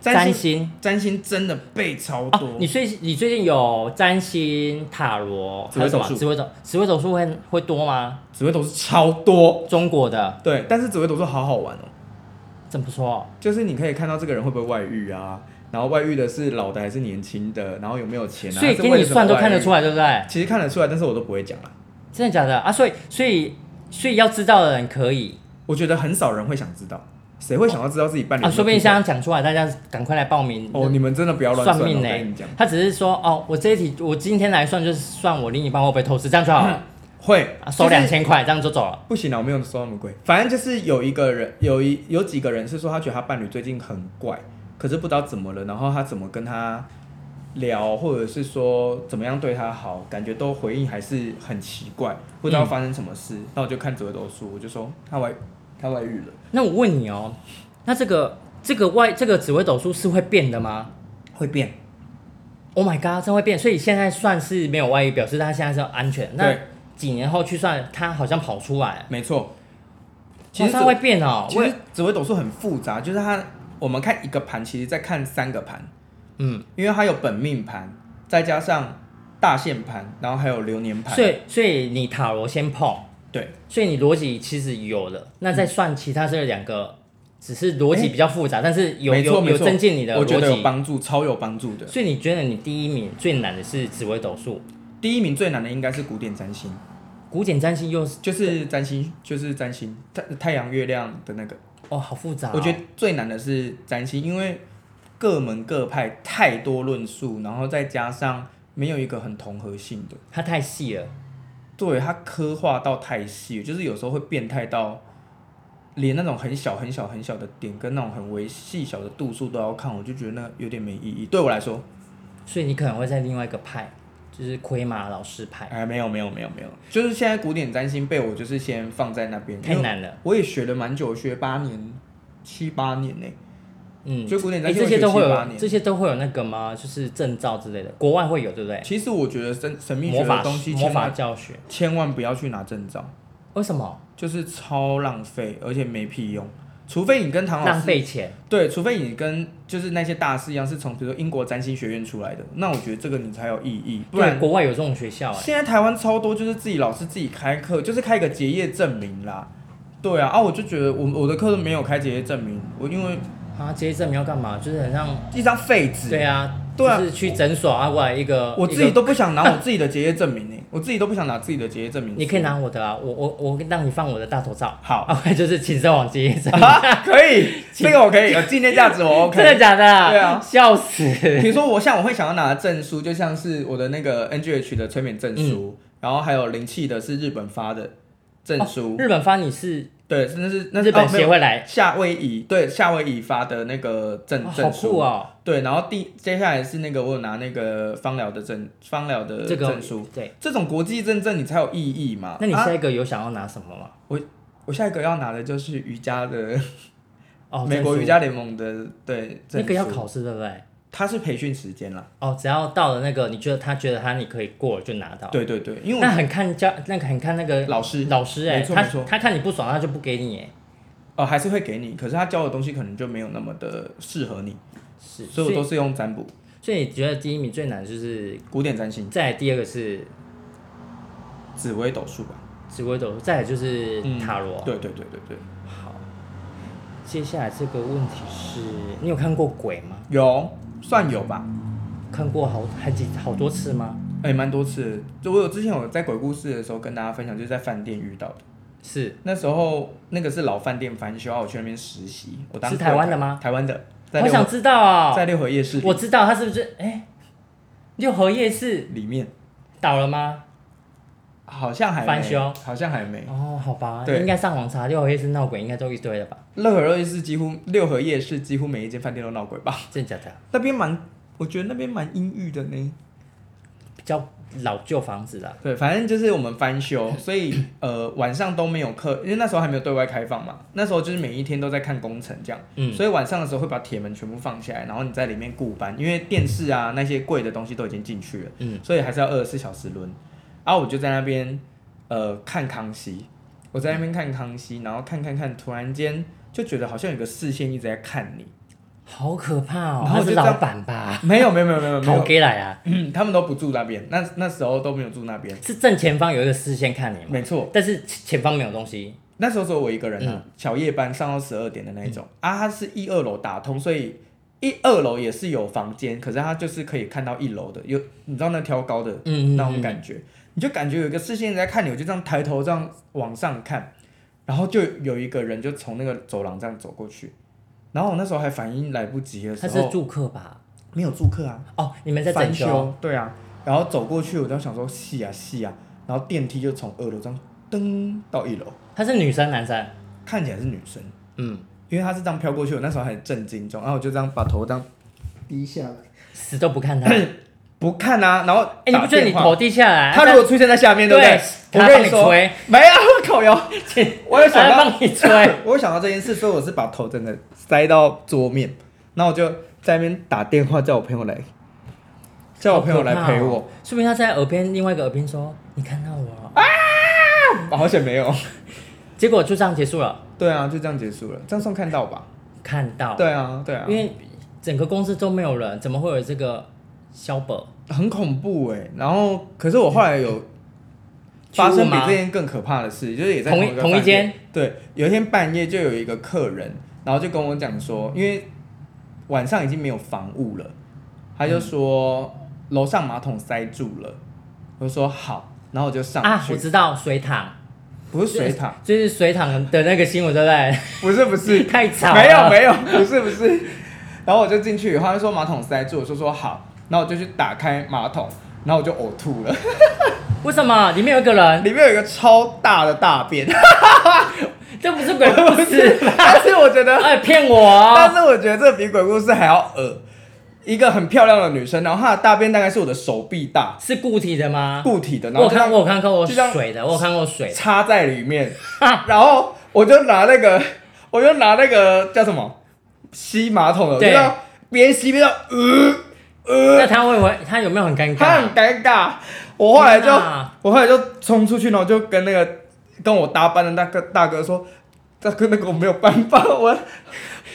占
占星
星
占星真的背超
啊
多，，
你最你最近有占星、塔罗，
紫微斗数
还有什么紫微斗紫微斗数会会多吗？
紫微斗数超多。
中国的
对，但是紫微斗数好好玩哦，
真不错哦。
就是你可以看到这个人会不会外遇啊，然后外遇的是老的还是年轻的，然后有没有钱啊，
所以
是
给
为
你
什么
算都
外
看得
遇
出来，对不对？
其实看得出来，但是我都不会讲啦。
真的假的啊？所以所以所以要知道的人可以
我觉得很少人会想知道，谁会想要知道自己伴侣
啊，
有没有
说不定
劈腿
这样讲出来，大家赶快来报名
哦，你们真的不要乱
算
了
命欸
我
呢、
跟你讲，
他只是说哦，我这一题我今天来算就是算我另一半会不会偷吃，这样就好 了，
会
啊、收两，千块，这样就走了。
就是不行啊，我没有收那么贵。反正就是有一个人，有一有几个人是说他觉得他伴侣最近很怪，可是不知道怎么了，然后他怎么跟他聊，或者是说怎么样对他好，感觉都回应还是很奇怪，不知道发生什么事。那、我就看紫微斗数，我就说他外他外遇了，
那我问你哦，那这个这个外这个紫微斗数是会变的吗
会变。
？Oh my god，真会变！所以现在算是没有外遇，表示他现在是安全。那
对
几年后去算，他好像跑出来，
没错，
其实
紫
他会变哦。
其
我
实
也
紫微斗数很复杂，就是它我们看一个盘，其实在看三个盘，
嗯，
因为它有本命盘，再加上大限盘，然后还有流年盘。
所以所以你塔罗先碰，
对，
所以你逻辑其实有了，那再算其他这两个，只是逻辑比较复杂，但是有
没错
有
没
有
错，
增进你的
我觉得
逻
有
辑。
帮助，超有帮助的。
所以你觉得你第一名最难的是紫微斗数，
第一名最难的应该是古典占星，
古典占星又是
就是占星，就是占星太太阳月亮的那个，
哦，好复杂哦、
我觉得最难的是占星，因为各门各派太多论述，然后再加上没有一个很统合性的。
它太细了，
对它刻画到太细，就是有时候会变态到连那种很小很小很小的点跟那种很微细小的度数都要看，我就觉得那有点没意义。对我来说，
所以你可能会在另外一个派，就是盔马老师派，
哎，没有没有没有没有，就是现在古典占星被我就是先放在那边，
太。难了。
我也学了蛮久，学八年，七八年呢、
嗯，
就古典
诶
占星
这些都会
我学七八
有，
年
这些都会有那个吗？就是证照之类的，国外会有，对不对？
其实我觉得神神秘
魔
学
法
的东西
魔
千
法
万
教学，
千万不要去拿证照，
为什么
就是超浪费，而且没屁用。除非你跟唐老
浪
师
费钱？
对，除非你跟就是那些大师一样，是从比如说英国占星学院出来的，那我觉得这个你才有意义。不
对，
然，欸
国外有这种学校、诶啊
现在台湾超多就是自己老师自己开课，就是开一个结业证明啦。对啊，啊，我就觉得我我的课都没有开结业证明，我因为
啊，这些证明要干嘛？就是很像，
一张废纸，
对啊，
对啊
就是去诊所啊，过来一个，
我自己
一个，
都不想拿我自己的结业证明呢、欸我自己都不想拿自己的结业证明。
你可以拿我的啊，我我我让你放我的大头照，
好
啊，就是请上网接诊，
啊，可以，这个 我可以有纪念价值，我 OK。
真的假的？
对啊
笑 死。
比如说，我像我会想要拿的证书，就像是我的那个 NGH 的催眠证书，
嗯
然后还有灵气的是日本发的证书，
日本发你是
对，那是那是
哦日本
哦没
协
有
会来，
夏威夷对夏威夷发的那个证、
哦好
证
酷
书，
哦，
对，然后第接下来是那个我有拿那个芳疗的证芳疗的
这个
呃证书，
对。
这种国际认证你才有意义嘛。
那你
啊
下一个有想要拿什么吗？
我下一个要拿的就是瑜伽的、
哦，
美国
证书
瑜伽联盟的对
那
证书，
个要考试对不对？
它是培训时间啦，
哦，只要到了那个，你觉得他觉得他你可以过了就拿到。，
对对对，因为
那
我
很看教，那个很看哦那个
老师
老师哎，
没错
他
没错
他看你不爽，他就不给你哎。
哦，还是会给你，可是他教的东西可能就没有那么的适合你，
是，
所以我都是用占卜、
所以你觉得第一名最难就是，
古典占星、
再来第二个是
紫微斗数吧。
紫微斗数，再来就是塔罗。
嗯对对对对对，
好，接下来这个问题是你有看过鬼吗？
有算有吧，
看过好好几好多次吗？
哎、蛮多次的。就我有之前有在鬼故事的时候跟大家分享，就是在饭店遇到的。
是
那时候那个是老饭店翻修，啊我去那边实习。我当
是
柜
台湾
台
的吗
台湾的，在
我
六
想
合
知道啊、
在六合夜市
我知道他是不是哎、六合夜市
里面
倒了吗？
好像还没
翻修
好像还没。
哦，好吧，
对
应该上网查六合夜市闹鬼，应该都一堆了吧？
六合夜市几乎六合夜市几乎每一间饭店都闹鬼吧？
真的假的？
那边蛮，我觉得那边蛮阴郁的呢。
比较老旧房子啦，
对，反正就是我们翻修，所以呃晚上都没有课，因为那时候还没有对外开放嘛。那时候就是每一天都在看工程这样，
嗯
所以晚上的时候会把铁门全部放下来，然后你在里面顾班，因为电视啊那些贵的东西都已经进去了，
嗯，
所以还是要二十四小时轮。然、后我就在那边呃看康熙，我在那边看康熙，然后看看看，突然间就觉得好像有个视线一直在看你，
好可怕哦！
然后
他
我就是这
老
样
板吧？
没有没有没有没有没
好
有，
给来啊！
嗯他们都不住那边，那那时候都没有住那边，
是正前方有一个视线看你嘛，
没错。
但是前方没有东西，
那时候只有我一个人啊，小夜班上到十二点的那一种、啊，它是一二楼打通，所以一二楼也是有房间，可是它就是可以看到一楼的，有你知道那挑高的
嗯，嗯
那种
嗯
感觉，你就感觉有一个视线在看你，我就这样抬头这样往上看，然后就有一个人就从那个走廊这样走过去，然后我那时候还反应来不及的时
他是
候，
住客吧？
没有住客啊，
哦，你们在
翻
整修，
对啊，然后走过去，我就想说细啊细啊，然后电梯就从二楼这样噔到一楼，
他是女生男生？
看起来是女生。
嗯，
因为他是这样飘过去，我那时候很震惊中，然后我就这样把头这样低下来，
死都不 看他。哎，
不看啊，然后
你不觉得你
头？
头低下来？
他如果出现在下面，对不
对他
对？，我
帮
跟你
你
说，
吹，
没有口油，我有想
他
到，
帮你吹，
我有想到这件事，所以我是把头整个塞到桌面，然后我就在那边打电话叫我朋友来，叫我朋友来陪
好可
我，
怕哦。说明他在耳边另外一个耳边说：“你看到我
啊
了。哦
好险没有。
结果就这样结束了，
对啊，就这样结束了，这样算看到吧？
看到。
对啊，对啊
因，为整个公司都没有人，怎么会有这个肖本？
很恐怖哎、然后，可是我后来有
嗯去
发
问
生比
吗
这件更可怕的事，就是也在
同一
一个
同一
饭店
间。
对，有一天半夜就有一个客人，然后就跟我讲说，因为晚上已经没有房务了，他就说楼上马桶塞住了，我就说好，然后我就上
啊，
去，
我知道水塘，
不是水塔，
就是水塘的那个新闻，对不对？
不是不是，
太吵了，
没有没有，不是不是。然后我就进去以后，他就说马桶塞住，我就说好，然后我就去打开马桶，然后我就呕吐了。
为什么里面有一个人？
里面有一个超大的大 便，
这不是鬼 故事吧？
但是我觉得，
哎，骗我哦！
但是我觉得这比鬼故事还要恶。一个很漂亮的女生，然后她的大便大概是我的手臂大，
是固体的吗？
固体的，然
我
后
有看
她
我有看过
就像
水的，我有看过水的。
插在里 面，然后我就拿那个，我就拿那个叫什么吸马桶的，我就
对
要边吸边要呃呃
那，他会不会他有没有很尴
她很
尬？
尴尬。我后来就
天哪
我后来就冲出去，然后就跟那个跟我搭班的那个大哥说，大哥那个我没有办法，我 哎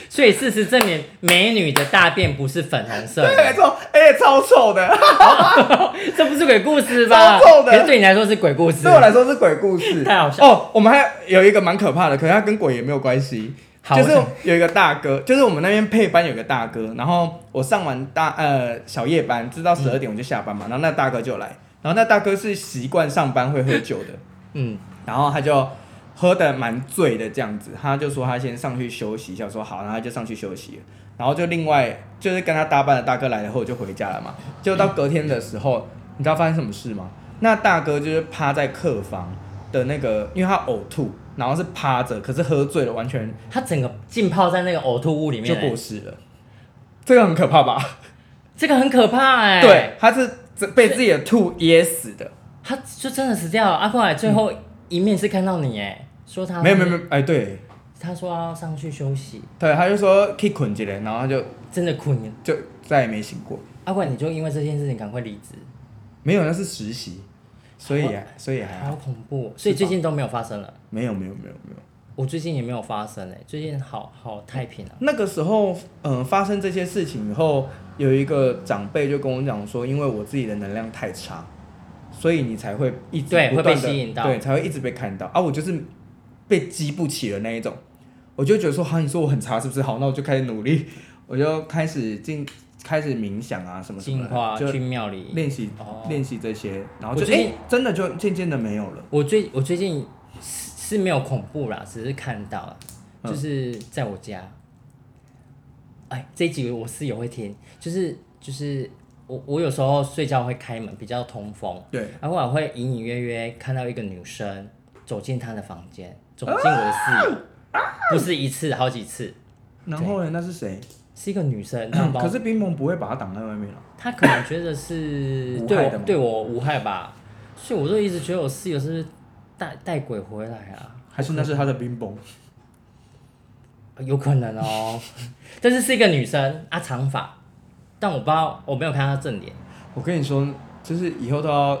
所以事实证明，美女的大便不是粉红色
对，没
的，
错，而且超臭的，
这不是鬼故事吧？
超臭的
可是对你来说是鬼故事
对。我来说是鬼故事。
太好笑
哦！我们还有一个蛮可怕的，可是它跟鬼也没有关系。
好
就是
我想
有一个大哥，就是我们那边配班有个大哥，然后我上完大呃小夜班，直到
嗯
十二点我就下班嘛，然后那大哥就来，然后那大哥是习惯上班会喝酒的，
嗯，
然后他就喝的蛮醉的这样子，他就说他先上去休息一下，我说好，然后他就上去休息了。然后就另外就是跟他搭班的大哥来了后就回家了嘛，就到隔天的时候，
嗯
你知道发生什么事吗？那大哥就是趴在客房的那个，因为他呕吐，然后是趴着，可是喝醉了，完全
他整个浸泡在那个呕吐物里面
就
欸，
过世了。这个很可怕吧？
这个很可怕哎、
对，，他是被自己的吐噎死的。
他就真的死掉了。阿过来最后一面是看到你哎、说他
嗯没有没有没有，哎，对
他说要上去休息，
对，他就说可以捆起来，然后他就
真的困了。
就再也没醒过。
阿怪，你就因为这件事情赶快离职，
没有，那是实习，所以啊，所以还好
好恐怖哦。所以最近都没有发生了，
没有没有没有没有。
我最近也没有发生哎、最近好好太平啊了、
那个时候，嗯、发生这些事情以后，有一个长辈就跟我讲说，因为我自己的能量太差，所以你才会一直
对
不断地
会被吸引到
对，才会一直被看到啊。我就是被激不起的那一种，我就觉得说，哈，你说我很差是不是？好，那我就开始努力，我就开始进，开始冥想啊，什么什么
进
的，
化
就
去庙里。
练习
哦
练习这些，然后
我
就哎、
最近
真的就渐渐的没有了。
我最我最近是是没有恐怖啦，只是看到了，
嗯
就是在我家。哎，这一集我室友会听，就是就是我我有时候睡觉会开门，比较通风，
对，
然后我会隐隐约约看到一个女生走进她的房间，走进我的室友，不是一次，好几次，
然后呢，那是谁？
是一个女生，然后把我
嗯可是冰盟不会把它挡在外面啊了。
他可能觉得是
无
对
害
我
的吗
对我无害吧，所以我就一直觉得我室友是不是带带鬼回来啊？
还是那是他的冰崩，
有可能 哦，但是是一个女生啊，长发，但我不知道我没有看她正脸，
我跟你说，就是以后都要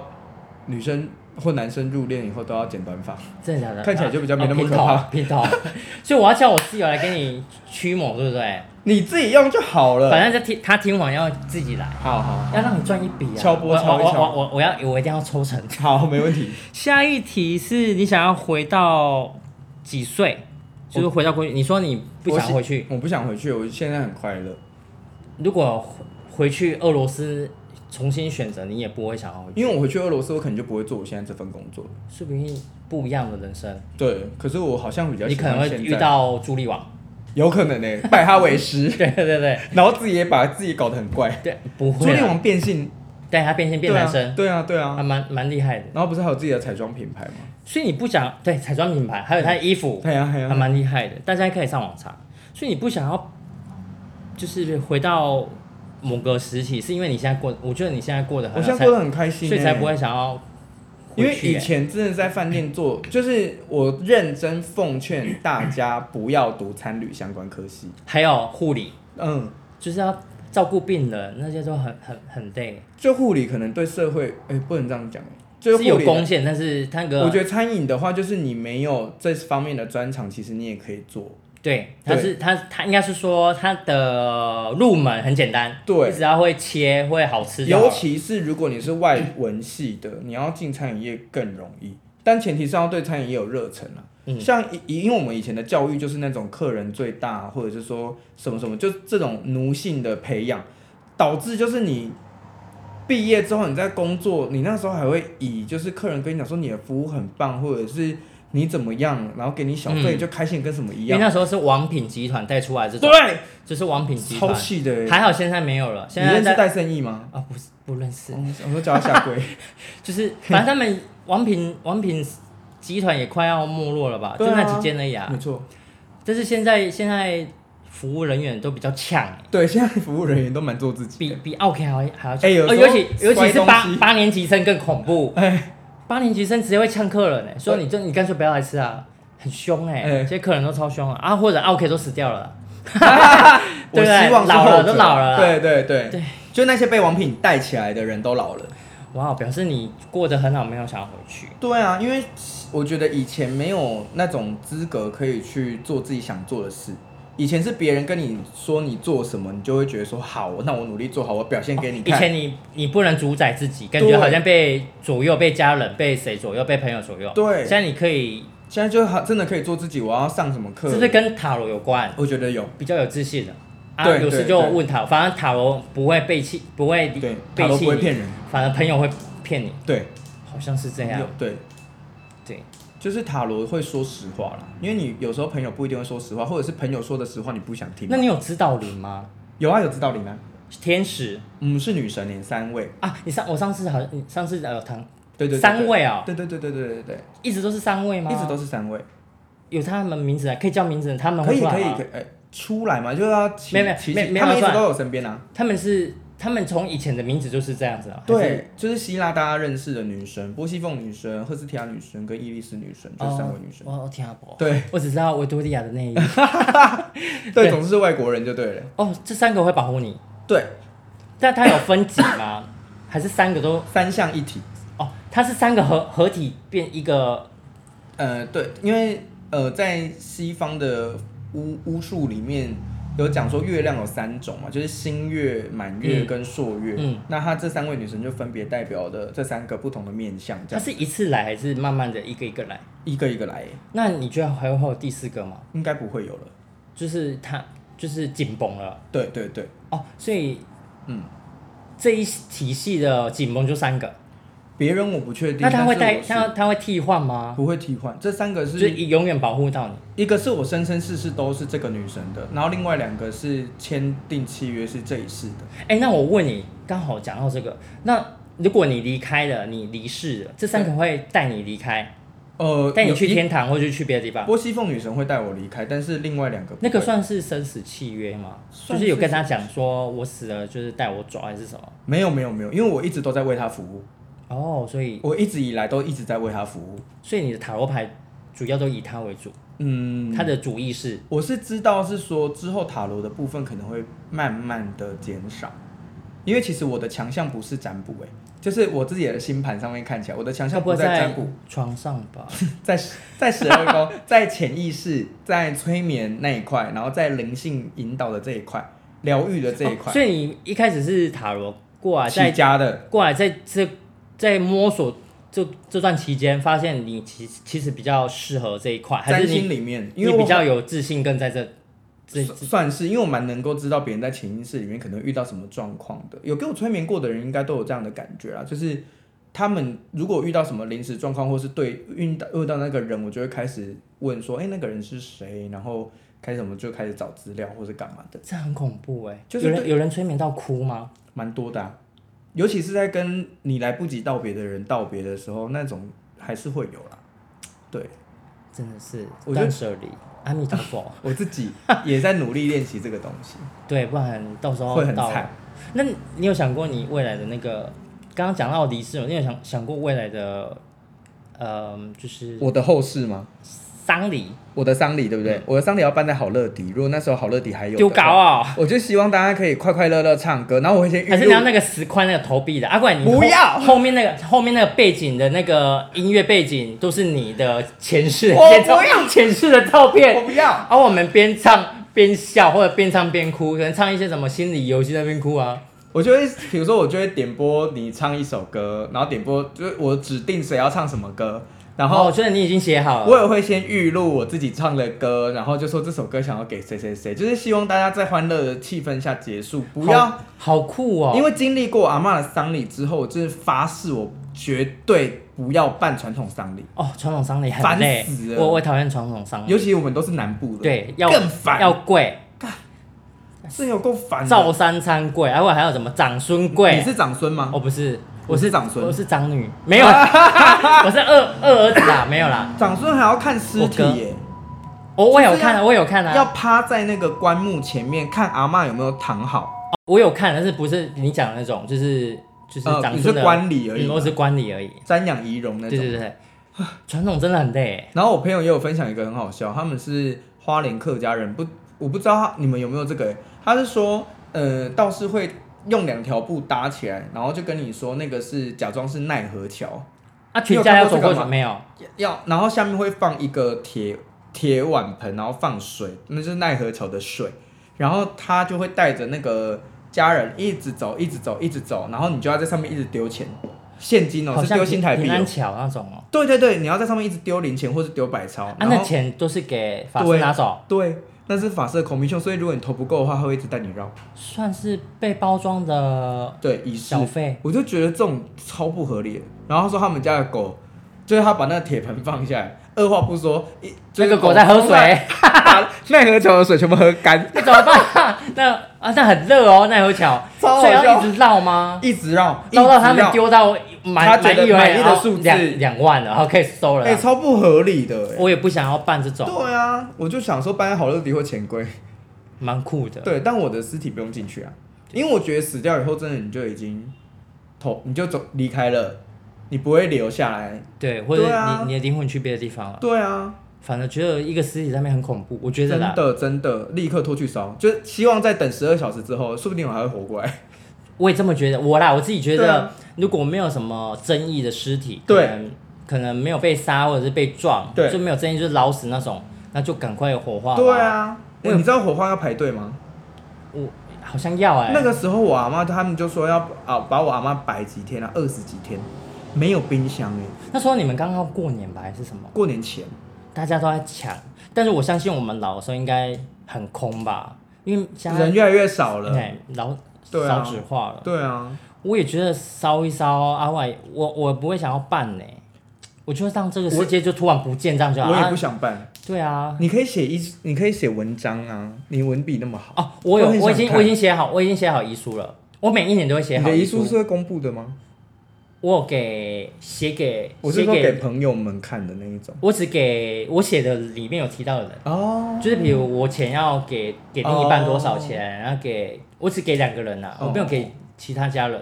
女生或男生入恋以后都要剪短发，
真的假的？
看起来就比较没那么
哦
可怕
平头，平头 所以我要叫我室友来给你驱魔，对不对？
你自己用就好了。
反正他听他听完要自己来，
好好
要让你赚一笔啊！
敲波
我
敲一
我
敲
我我我要我一定要抽成。
好，没问题。
下一题是你想要回到几岁？就是回到过去，你说你 不想回去。
我不想回去，我现在很快乐，
如果回回去俄罗斯重新选择，你也不会想要回去，
因为我回去俄罗斯，我可能就不会做我现在这份工作了。
说不定不一样的人生，
对，可是我好像比较
你
喜
可能
欢
会
现
遇
在，
到朱莉王。
有可能呢、欸拜他为师，
对对对对
然后自己也把自己搞得很怪。
对，不
朱
会
丽
啦。
王变性，
对他变性变男生，
对啊，对啊，
还
对啊。
蛮蛮厉害的。
然后不是还有自己的彩妆品牌吗？
所以你不想对彩妆品牌，还有他的衣服，
对啊，对
还
啊。
蛮厉害的，大家可以上网查。所以你不想要，就是回到某个时期，是因为你现在过，我觉得你现在过得很好，
我现在过得很开心、
才所
欸，
以才不会想要
因
回
为
去欸、
以前真的在饭店 做，就是我认真奉劝大家不要读餐旅相关科系。
还有护理，
嗯，
就是要照顾病人，那些都很很很累，
就护理可能对社会，哎、不能这样讲、哎，就是是
有
护理
贡献，但是那个
我觉得餐饮的话，就是你没有这方面的专长，其实你也可以做。
对，他是他他应该是说他的入门很简单，
对
你只要会切会好吃就好
尤
了，
其是如果你是外文系的，你要进餐饮业更容易，但前提是要对餐饮业有热忱啊。
嗯
像以以因为我们以前的教育就是那种客人最大，或者是说什么什么，就这种奴性的培养，导致就是你毕业之后你在工作，你那时候还会以就是客人跟你讲说你的服务很棒，或者是你怎么样，然后给你小费
嗯
就开心得跟什么一
因为
样，
那时候是王品集团带出来这种，
对，
就是王品集
超
团，
气的欸。
还好现在没有了，
你
现在
认识
在
戴胜义吗？
啊，不是不认识，
我我说叫他 下跪。
就是反正他们王品王品集团也快要没落了吧，就
对啊
那几间而已啊
没。错，
但是现在现在服务人员都比较呛欸，
对，现在服务人员都蛮做自己
比
的。
比奥 K 还还要
哎有
哦
时候
尤其尤其
摔
是
东
八
西哎
八年级生更恐 怖，八年级生直接会呛客人哎，说你就你干脆不要来吃啊，很凶哎，
哎
这些客人都超凶啊，啊或者奥 K 都死掉 了啊，
我
对
希望是
老
后
了
者
都老了啦
对对对
对，
就那些被王品带起来的人都老了。
哇，表示你过得很好，没有想要回去，
对啊，因为我觉得以前没有那种资格可以去做自己想做的事。以前是别人跟你说你做什么，你就会觉得说好，那我努力做好，我表现给你
以
看。
前你你不能主宰自己，感
对
觉好像被左右、被家人、被谁左右、被朋友左右。
对
现在你可以，
现在就好，真的可以做自己，我要上什么课？
是不是跟塔罗有关？
我觉得有，
比较有自信的啊，
对
有事
对
就
对
问塔，反正塔罗不会背弃，不会
对，塔
背
罗
弃
不会
你，
骗人，
反而朋友会骗你，
对，
好像是这样
有。对，
对，
就是塔罗会说实话啦，因为你有时候朋友不一定会说实话，或者是朋友说的实话你不想听
那。你有指导灵吗？
有啊，有指导灵啊，
天使
嗯，是女神连三位，
啊，你上我上次好像你上次有谈
对对对对
三位哦，
对对对对对对对
一直都是三位吗？
对，一直都是三位，
有他们名字啊，可以叫名字，他们
可
会
以
出来
可以
吗
可以，哎，出来嘛，就是要奇
没有没有
奇
没
迹
没有
他们一
算
直都有身边啊，
他们是他们从以前的名字就是这样子啊，还是
对，就是希腊大家认识的女神，波西凤女神、赫斯提亚女神跟伊丽丝女神，就是三位女神。
哦、我我听不懂。
对
我只知道维多利亚的内衣。对
对，总之是外国人就对了。
哦，这三个会保护你，
对，
但它有分级吗？还是三个都？
三项一体。
哦，它是三个合合体变一个
呃，对，因为呃，在西方的巫巫术里面有讲说月亮有三种嘛，就是新月、满月
嗯
跟朔月。
嗯
那她这三位女神就分别代表的这三个不同的面相，这
它
样
是一次来还是慢慢的一个一个来？
一个一个来耶，
那你觉得还会有第四个吗？
应该不会有了。
就是它就是紧绷了
对对对，
哦，所以
嗯，
这一体系的紧绷就三个，
别人我不确定，
那他会带
但是我
他
是
他会替换吗？
不会替换？这三个
就是是永远保护到你。
一个是我生生世世都是这个女神的，然后另外两个是签订契约是这一世的。
哎、那我问你，刚好讲到这个，那如果你离开了，你离世了，这三个会带你离开，
呃，
带你去
有一
天堂或者去别的地方，
波西凤女神会带我离开，但是另外两个不会
那个算是生死契约吗？就
算
是有跟
是
他讲说，我死了就是带我走还是什么？
没有没有没有，因为我一直都在为她服务，
哦，所以
我一直以来都一直在为她服务。
所以你的塔罗牌主要都以他为主，
嗯，
他的主意是
我是知道是说之后塔罗的部分可能会慢慢的减少，因为其实我的强项不是占卜、欸，就是我自己的星盘上面看起来，我的强
他
项
不会
在占
在
卜，
床上吧？
在在十二宫， 在潜意识，在催眠那一块，然后在灵性引导的这一块，疗愈的这一
哦
块，
所以你一开始是塔罗过来，
起
在
家的，
过来在这在摸索这这段期间，发现你其实其实比较适合这一块，还
占
是你
星里面，因
你
为我
比较有自信，更在这这
算算是，因为我蛮能够知道别人在潜意识里面可能遇到什么状况的。有给我催眠过的人，应该都有这样的感觉啊，就是他们如果遇到什么临时状况，或是对遇到遇到那个人，我就会开始问说，哎、那个人是谁？然后开始我们就开始找资料或是干嘛的，
这很恐怖哎、
就是
有人
对
有人催眠到哭吗？
蛮多的、啊。尤其是在跟你来不及道别的人道别的时候，那种还是会有啦。对
真的是
我觉得
断舍离，阿弥陀 佛。
我自己也在努力练习这个东西，
对，不然到时候
会很
到
惨。
那你有想过你未来的那个？刚刚讲到离世了，你有想想过未来的，呃，就是
我的后事吗？
丧礼
我的丧礼，对不对？我的丧礼要办在好乐迪，如果那时候好乐迪还有
丢
的
嗯搞
话，
啊、
我就希望大家可以快快乐乐唱歌，然后我会先
还
预
是你要
录。
那个石块那个投币的？啊，不然你
不
后
要
后面那个后面那个背景的那个音乐背景都是你的前世的
我
前照
不要
前世的照
我
片，
不要，
而、我们边唱边笑或者边唱边哭，可能唱一些什么心理游戏在那边哭啊。
我就会，比如说，我就会点播你唱一首歌，然后点播就是我指定谁要唱什么歌，然
哦
后
所以你已经写好了，
我也会先预录我自己唱的歌，然后就说这首歌想要给谁谁谁，就是希望大家在欢乐的气氛下结束，不要
好好酷哦，
因为经历过阿嬷的丧礼之后，我就是发誓我绝对不要办传统丧礼，
哦，传统丧礼很
烦
累
死，了
我我讨厌传统丧
尤
礼，
其我们都是南部的，
对，要
更烦，
要跪，
是有够烦的。
照三餐跪，然后还有什么长孙跪
你，是长孙吗？
我哦不是，我
我哦是
是
长孙
我是长女， 没有啦，我是二二儿子啦，没有啦，
长孙还要看尸体耶、
我我有
就是要
看啊，我有看
要
啊，
趴在那个棺木前面看阿嬷有没有躺好。
我有看，但是不是你讲的那种，就是就是
呃
长
你
孙
是
的
观礼而已
嗯
嘛
我是观礼而已，
瞻仰仪容那
对
种。
对对对，传统真的很累，
然后我朋友也有分享一个很好笑，他们是花莲客家人，不，我不知道他你们有没有这个、欸。他是说，呃，道士会用两条布搭起来，然后就跟你说那个是假装是奈何桥，
啊，
你
全
有
家
看
要
过
走
这
过
个
去
吗
没有？
要，然后下面会放一个铁铁碗盆，然后放水，那就是奈何桥的水。然后他就会带着那个家人一直走，一直走，一直走，然后你就要在上面一直丢钱，现金哦，
好
是
像
丢新台币、
平安
哦。
桥那种哦，
对对对，你要在上面一直丢零钱或是丢百钞，
啊，
然
那
后
钱都是给法师
对
拿走。
对，那是法式的孔明秀，所以如果你投不够的话，他会一直带你绕。
算是被包装的
对，仪式
小费，
我就觉得这种超不合理的。然后他说他们家的狗，就是他把那个铁盆放下来，二话不说，一
这个狗在喝，
就是冲
水，
上 把奈何桥的水全部喝 干，
那怎么办？那啊，那很热哦，奈何桥，
超好
所以要
笑
一直绕吗？
一直绕，
绕到他
一直
们
绕。
丢到满
他觉得
意为
满意的
然后
数字
两两万了，然后可以收了
哎、
啦。
超不合理的、哎
我也不想要办这种，
对啊，我就想说搬在好乐迪或钱柜，
蛮酷的。
对，但我的尸体不用进去啊，因为我觉得死掉以后，真的你就已经投，你就走离开了，你不会留下来。
对，或者
对啊
你你的灵魂去别的地方了。
对啊，
反正觉得一个尸体上面很恐怖，我觉得
真
啦，
的真的，立刻拖去烧，就是希望在等十二小时之后，说不定我还会活过来。
我也这么觉得。我啦，我自己觉
对
得
啊，
如果没有什么争议的尸体，
对
可能，可能没有被杀或者是被撞，
对
就没有争议，就是老死那种，那就赶快火化吧。
对啊，
我
欸你知道火化要排队吗？
我好像要哎、
那个时候我阿妈他们就说要啊把我阿妈摆几天啊，二十几天，没有冰箱哎、
那时候你们刚刚过年吧，还是什么？
过年前
大家都在抢，但是我相信我们老的时候应该很空吧，因为现在哎
人越来越少了。
对老
对啊
少子化了。
对啊，
我也觉得烧一烧啊，外我我不会想要办呢、我就让这个世界就突然不见这样就好。
我也
啊
不想办。
对啊，
你可以写一，你可以写文章啊，你文笔那么好。
哦，我有
我很
我已
想
经
看
我已经写好，我已经写好遗书了。我每一年都会写
你
好
的遗
书
书，是会公布的吗？
我有给写给
我是
写
说给
给，
朋友们看的那一种。
我只给我写的里面有提到的人。
哦，
就是比如我钱要给给另一半多少钱，然后给我只给两个人呐、啊
哦
我没有给其他家人，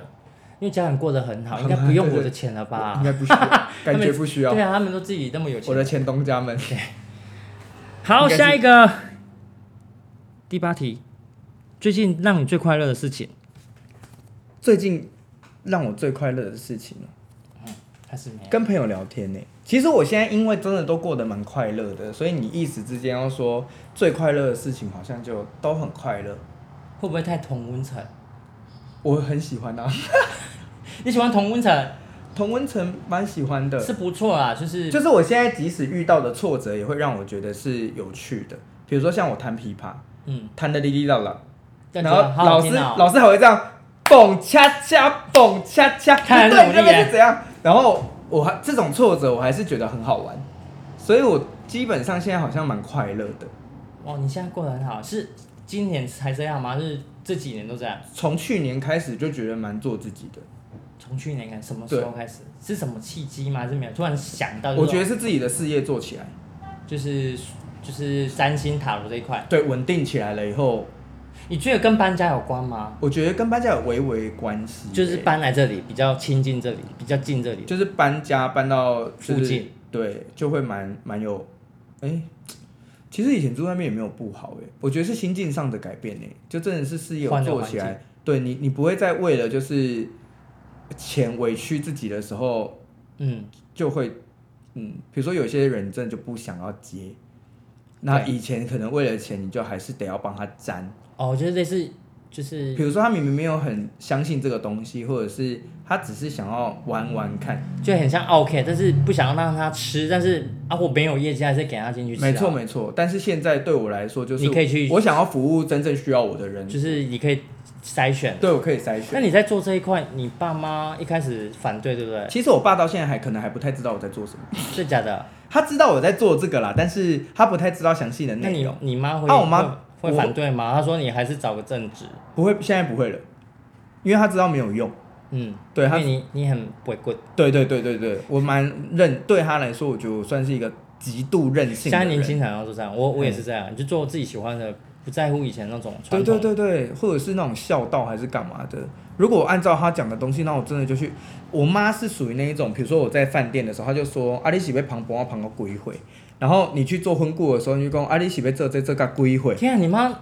因为家人过得很好，
很
应
好
该不用我的钱了吧
应？该不需要，感觉
们
不需要
对。啊，他们都自己那么有
我的
钱。
前东家们，
好，
应该是
下一个第八题，最近让你最快乐的事情，
最近让我最快乐的事情哦
还是没有？
跟朋友聊天呢、其实我现在因为真的都过得蛮快乐的，所以你一时之间要说最快乐的事情，好像就都很快乐。
会不会太同温层？
我很喜欢啊，
你喜欢同温层
童文成蛮喜欢的，
是不错啦，就是
呃就是我现在即使遇到的挫折，也会让我觉得是有趣的。比如说像我弹琵琶，
嗯，
弹的哩哩啦啦，
但
然
觉
后
得好好
老师
听哦、
老师还会这样蹦恰恰蹦恰 恰，
看来
对，
很
这
努力耶
边是怎样？然后我还这种挫折，我还是觉得很好玩，所以我基本上现在好像蛮快乐的。
哦，你现在过得很好，是今年才这样吗？是这几年都这样？
从去年开始就觉得蛮做自己的，
从去年开始，什么时候开始？是什么契机吗？还是没有？突然想到，
我觉得是自己的事业做起来，
就是就是三星塔罗这一块，
对，稳定起来了以后，
你觉得跟搬家有关吗？
我觉得跟搬家有微微关系耶，
就是搬来这里比较亲近这里，比较近这里。
就是搬家搬到、就是
附近，
对，就会蛮蛮有，哎、其实以前住那边也没有不好哎、我觉得是心境上的改变哎、就真的是事业有
换了
做
环
起
境
来，对你你不会再为了就是钱委屈自己的时候，
嗯，
就会嗯，比如说有些人真的就不想要接，那
对
以前可能为了钱你就还是得要帮他沾，
哦，就是类似，就
比
是
如说他明明没有很相信这个东西，或者是他只是想要玩玩看，
就很像 OK，但是不想要让他吃，但是啊，我没有业绩，还是给他进去吃、啊。
没错，没错，但是现在对我来说，就是
你可以去
我想要服务真正需要我的人，
就是你可以筛选。
对我可以筛
那
选。
你在做这一块，你爸妈一开始反对，对不对？
其实我爸到现在还可能还不太知道我在做什么，
是假的？
他知道我在做这个啦，但是他不太知道详细的
那
内
你
容，
你妈会、
啊我妈
会会
我
反对吗？她说你还是找个正职，
不会，现在不会了，因为他知道没有用。
嗯，
对
因
她
为你你很不会过，
对对对对对，我蛮认，对他来说，我觉得我算是一个极度任性
现
的
在
人。嗯
年轻人都是这样，我我也是这样，你就做自己喜欢的，不在乎以前那种
对
传
对
统。
对对，或者是那种孝道还是干嘛的。如果我按照他讲的东西，那我真的就去。我妈是属于那一种，比如说我在饭店的时候，她就说：“啊，你喜被旁旁旁个鬼会。”然后你去做婚顾的时候，你就说：“啊，你喜被这这这个鬼会。
天啊，你妈，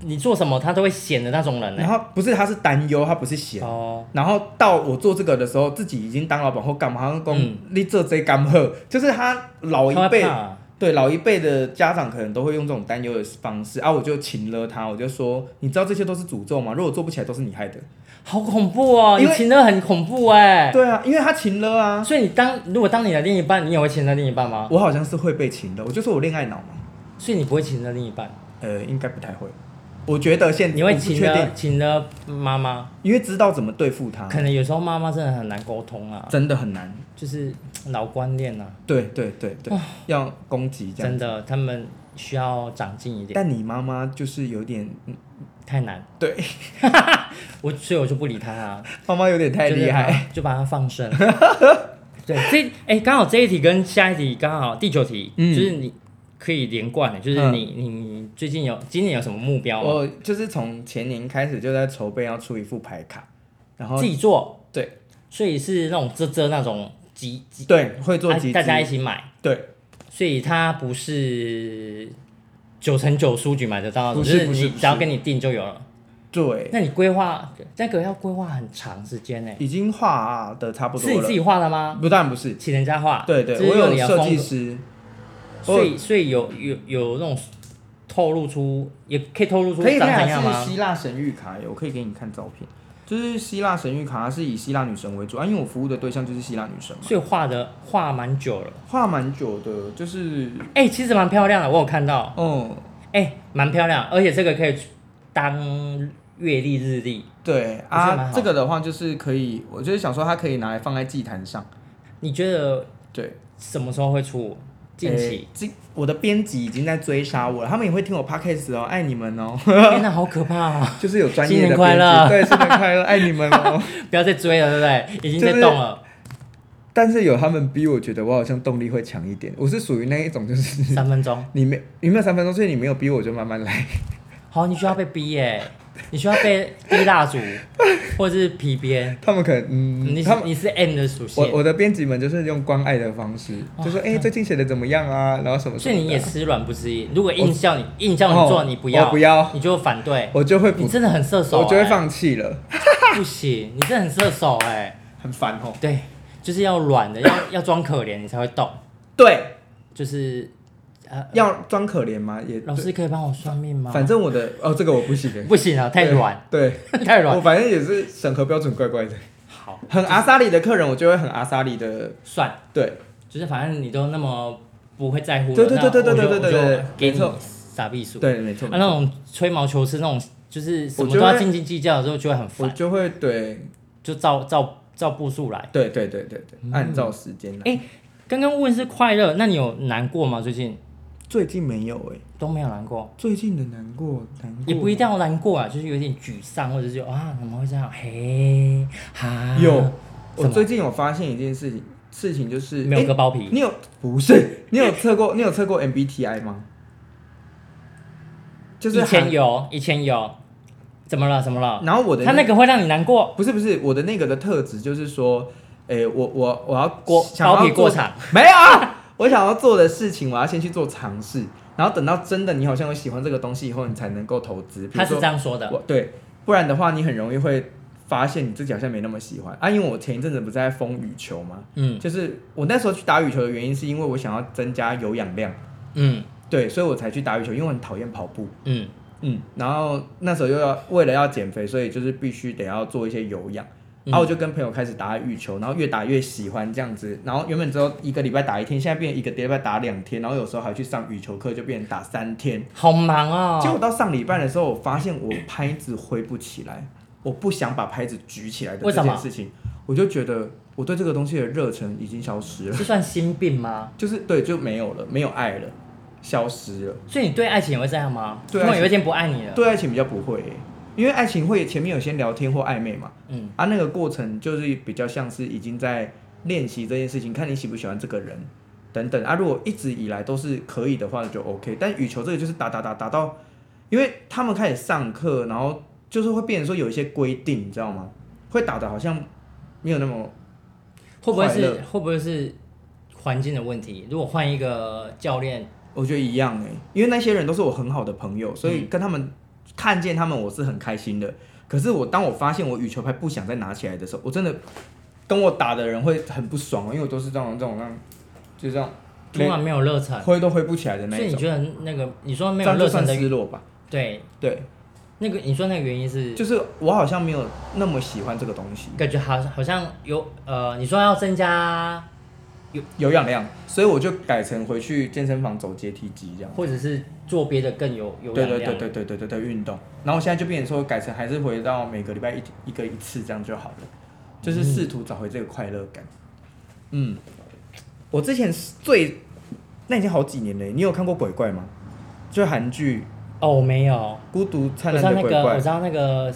你做什么她都会显的那种”人呢、
然后不是，她是担忧，她不是嫌。
哦，
然后到我做这个的时候，自己已经当老板或干嘛，她就说：“
嗯
你这这干喝。”就是她
她
老一
会
辈
怕
对老一辈的家长可能都会用这种担忧的方式啊，我就擒了他，我就说，你知道这些都是诅咒吗？如果做不起来都是你害的。
好恐怖哦，
因
你
为
情的很恐怖哎、
对啊，因为他擒了啊，
所以你当如果当你的另一半，你也会情的另一半吗？
我好像是会被擒的，我就说我恋爱脑嘛，
所以你不会情的另一半，
呃，应该不太会。我觉得现
你会
哎我不
情
确定啊
的，情的妈妈，
因为知道怎么对付他，
可能有时候妈妈真的很难沟通啊，
真的很难。
就是老观念啊。
对对对对，要攻击这样
真
子。
的，他们需要长进一点，
但你妈妈就是有点，嗯
太难。
对，
我所以我就不理他啊，
妈妈有点太厉害。
就把他，就把他放生。 对，这哎，刚、好这一题跟下一题刚好第九题，
嗯
就是你可以连贯的，就是
嗯哦
你、你最近有今年有什么目标吗？
我就是从前年开始就在筹备要出一副牌卡，然后
自己做，
对
所以是那种遮遮那种集集，
对会做
啊
集资，
大家一起买，
对。
所以它不是九成九书局买得到的，
不
就是
不是
你
不是
只要跟你订就有了。
对，
那你规划这个要规划很长时间呢、
已经画的差不多
是
了。
你自己画的吗？
不但不是，
请人家画？
对对，
就是
我
你
有
的
设
风
计
格，
师，我
所以所以有有有那种透露出，也可以透露出
可以
长
看
怎
一
样
下
吗
是？希腊神谕卡耶，我可以给你看照片。就是希腊神谕卡，它是以希腊女神为主啊，因为我服务的对象就是希腊女神嘛，
所以画的画蛮久了，
画蛮久的，就是，
哎、其实蛮漂亮的，我有看到，
嗯，
哎、蛮漂亮，而且这个可以当月历、日历，
对
我觉得蛮
啊，
好
这个的话就是可以，我就是想说它可以拿来放在祭坛上。
你觉得
对，
什么时候会出？近期
诶？近我的编辑已经在追杀我了，他们也会听我 podcast 哦，爱你们哦，
天哪，好可怕啊！
就是有专业
新
的
年快乐
编辑对，新年快乐，爱你们哦。
不要再追了，对不对？已经在动了，
但是有他们逼我觉得我好像动力会强一点，我是属于那一种就是
三分钟。
你没你没有三分钟，所以你没有逼我就慢慢来。
好，你需要被逼耶、你需要被逼蜡烛，或者是皮鞭。
他们可能嗯，
你
他
是
们
你是 M 的属
我
性，
我的编辑们就是用关爱的方式，就说哎、最近写的怎么样啊，然后什么什
所
么
以
的
你也吃软不吃硬。如果硬叫你硬叫你做，
哦
你不
我
要
不，要，
你就反对。
我就会不
你真的很射手、
我就会
欸
放弃了，
不行，你真的很射手哎、
很烦哦。
对，就是要软的， 要要装可怜，你才会动。
对，
就是呃，
要装可怜吗？也
老师可以帮我算命吗？
反正我的哦，这个我不行欸，
不行啊， 太 软，
对，
太
对，我
软。
反正也是审核标准怪怪的，
好，
很阿萨里的客人，我就会很阿萨里的，
算，
对
就是反正你都那么不会在乎了，
对对
那
对对
我就
对对对
我就
对
给
没
你
错
傻逼数。
对，没错
啊，，那种吹毛求疵那种，就是什么
我觉
都
得
要斤斤计较的时候，就会很
我
烦，
就会对
就照照照步数来。
对对对对对，按照时间来。
哎刚刚问是快乐，那你有难过吗？最近
最近没有哎，
都没有难过，
最近的难过难过
也不一定要难过
嗯
啊，就是有点沮丧，或者是就啊怎么会这样？嘿，哈，
有。我
什么
最近有发现一件事情，事情就是
没有
哎
割包皮？
你有不是？你有测过？你有测过 MBTI 吗？就是
以
韩
前有，以前有，怎么了？怎么了？
然后我的
他那个会让你难过，
不是不是我的那个的特质就是说，诶、我我我要
过
想要
包皮
做
过长，
没有啊！我想要做的事情，我要先去做尝试，然后等到真的你好像有喜欢这个东西以后，你才能够投资。比
他
如
是
说
这样说的。
我对，不然的话你很容易会发现你自己好像没那么喜欢啊。因为我前一阵子不是在风雨球吗？
嗯
就是我那时候去打羽球的原因，是因为我想要增加有氧量，
嗯
对，所以我才去打羽球，因为我很讨厌跑步。
嗯，
嗯，然后那时候又要为了要减肥，所以就是必须得要做一些有氧。然后我就跟朋友开始打羽球，然后越打越喜欢这样子。然后原本只有一个礼拜打一天，现在变成一个礼拜打两天，然后有时候还去上羽球课，就变成打三天。
好忙啊、
结果到上礼拜的时候，我发现我拍子挥不起来，我不想把拍子举起来的
为
这
什么
件事情，我就觉得我对这个东西的热忱已经消失了，
这算心病吗？
就是对，就没有了，没有爱了，消失了。
所以你对爱情也会这样吗？
对
因
爱
为
情
有一天不爱你了。
对爱情比较不会欸、因为爱情会前面有先聊天或暧昧嘛，
嗯，
啊，那个过程就是比较像是已经在练习这件事情，看你喜不喜欢这个人等等啊。如果一直以来都是可以的话，就 OK。但羽球这个就是打打打打到，因为他们开始上课，然后就是会变成说有一些规定，你知道吗？会打的好像没有那么
会不会是
快乐
会不会是环境的问题？如果换一个教练，
我觉得一样哎、因为那些人都是我很好的朋友，所
嗯
以跟他们、看见他们我是很开心的。可是我当我发现我羽球拍不想再拿起来的时候，我真的跟我打的人会很不爽，啊因为我都是这种这种让就这样
突然没有热忱，
挥都挥不起来的那
所以
一
你
种，
觉得那个你说
这
没有
样就
热忱
算
的
失落吧？
对
对，
那个你说那个原因是
就是我好像没有那么喜欢这个东西，
感觉好好像有呃，你说要增加
有氧量，所以我就改成回去健身房走阶梯机这样。
或者是做别的更有有
对
氧
对
量，
对对对对对对，运动。然后我现在就变成说，改成还是回到每个礼拜一一个一次这样就好了，就是试图找回这个快乐感。嗯，我之前是最那已经好几年了耶，你有看过鬼怪吗？就韩剧
哦，我没有，
《孤独
我
灿
知
烂
道那
的鬼
个
怪
我知》道那个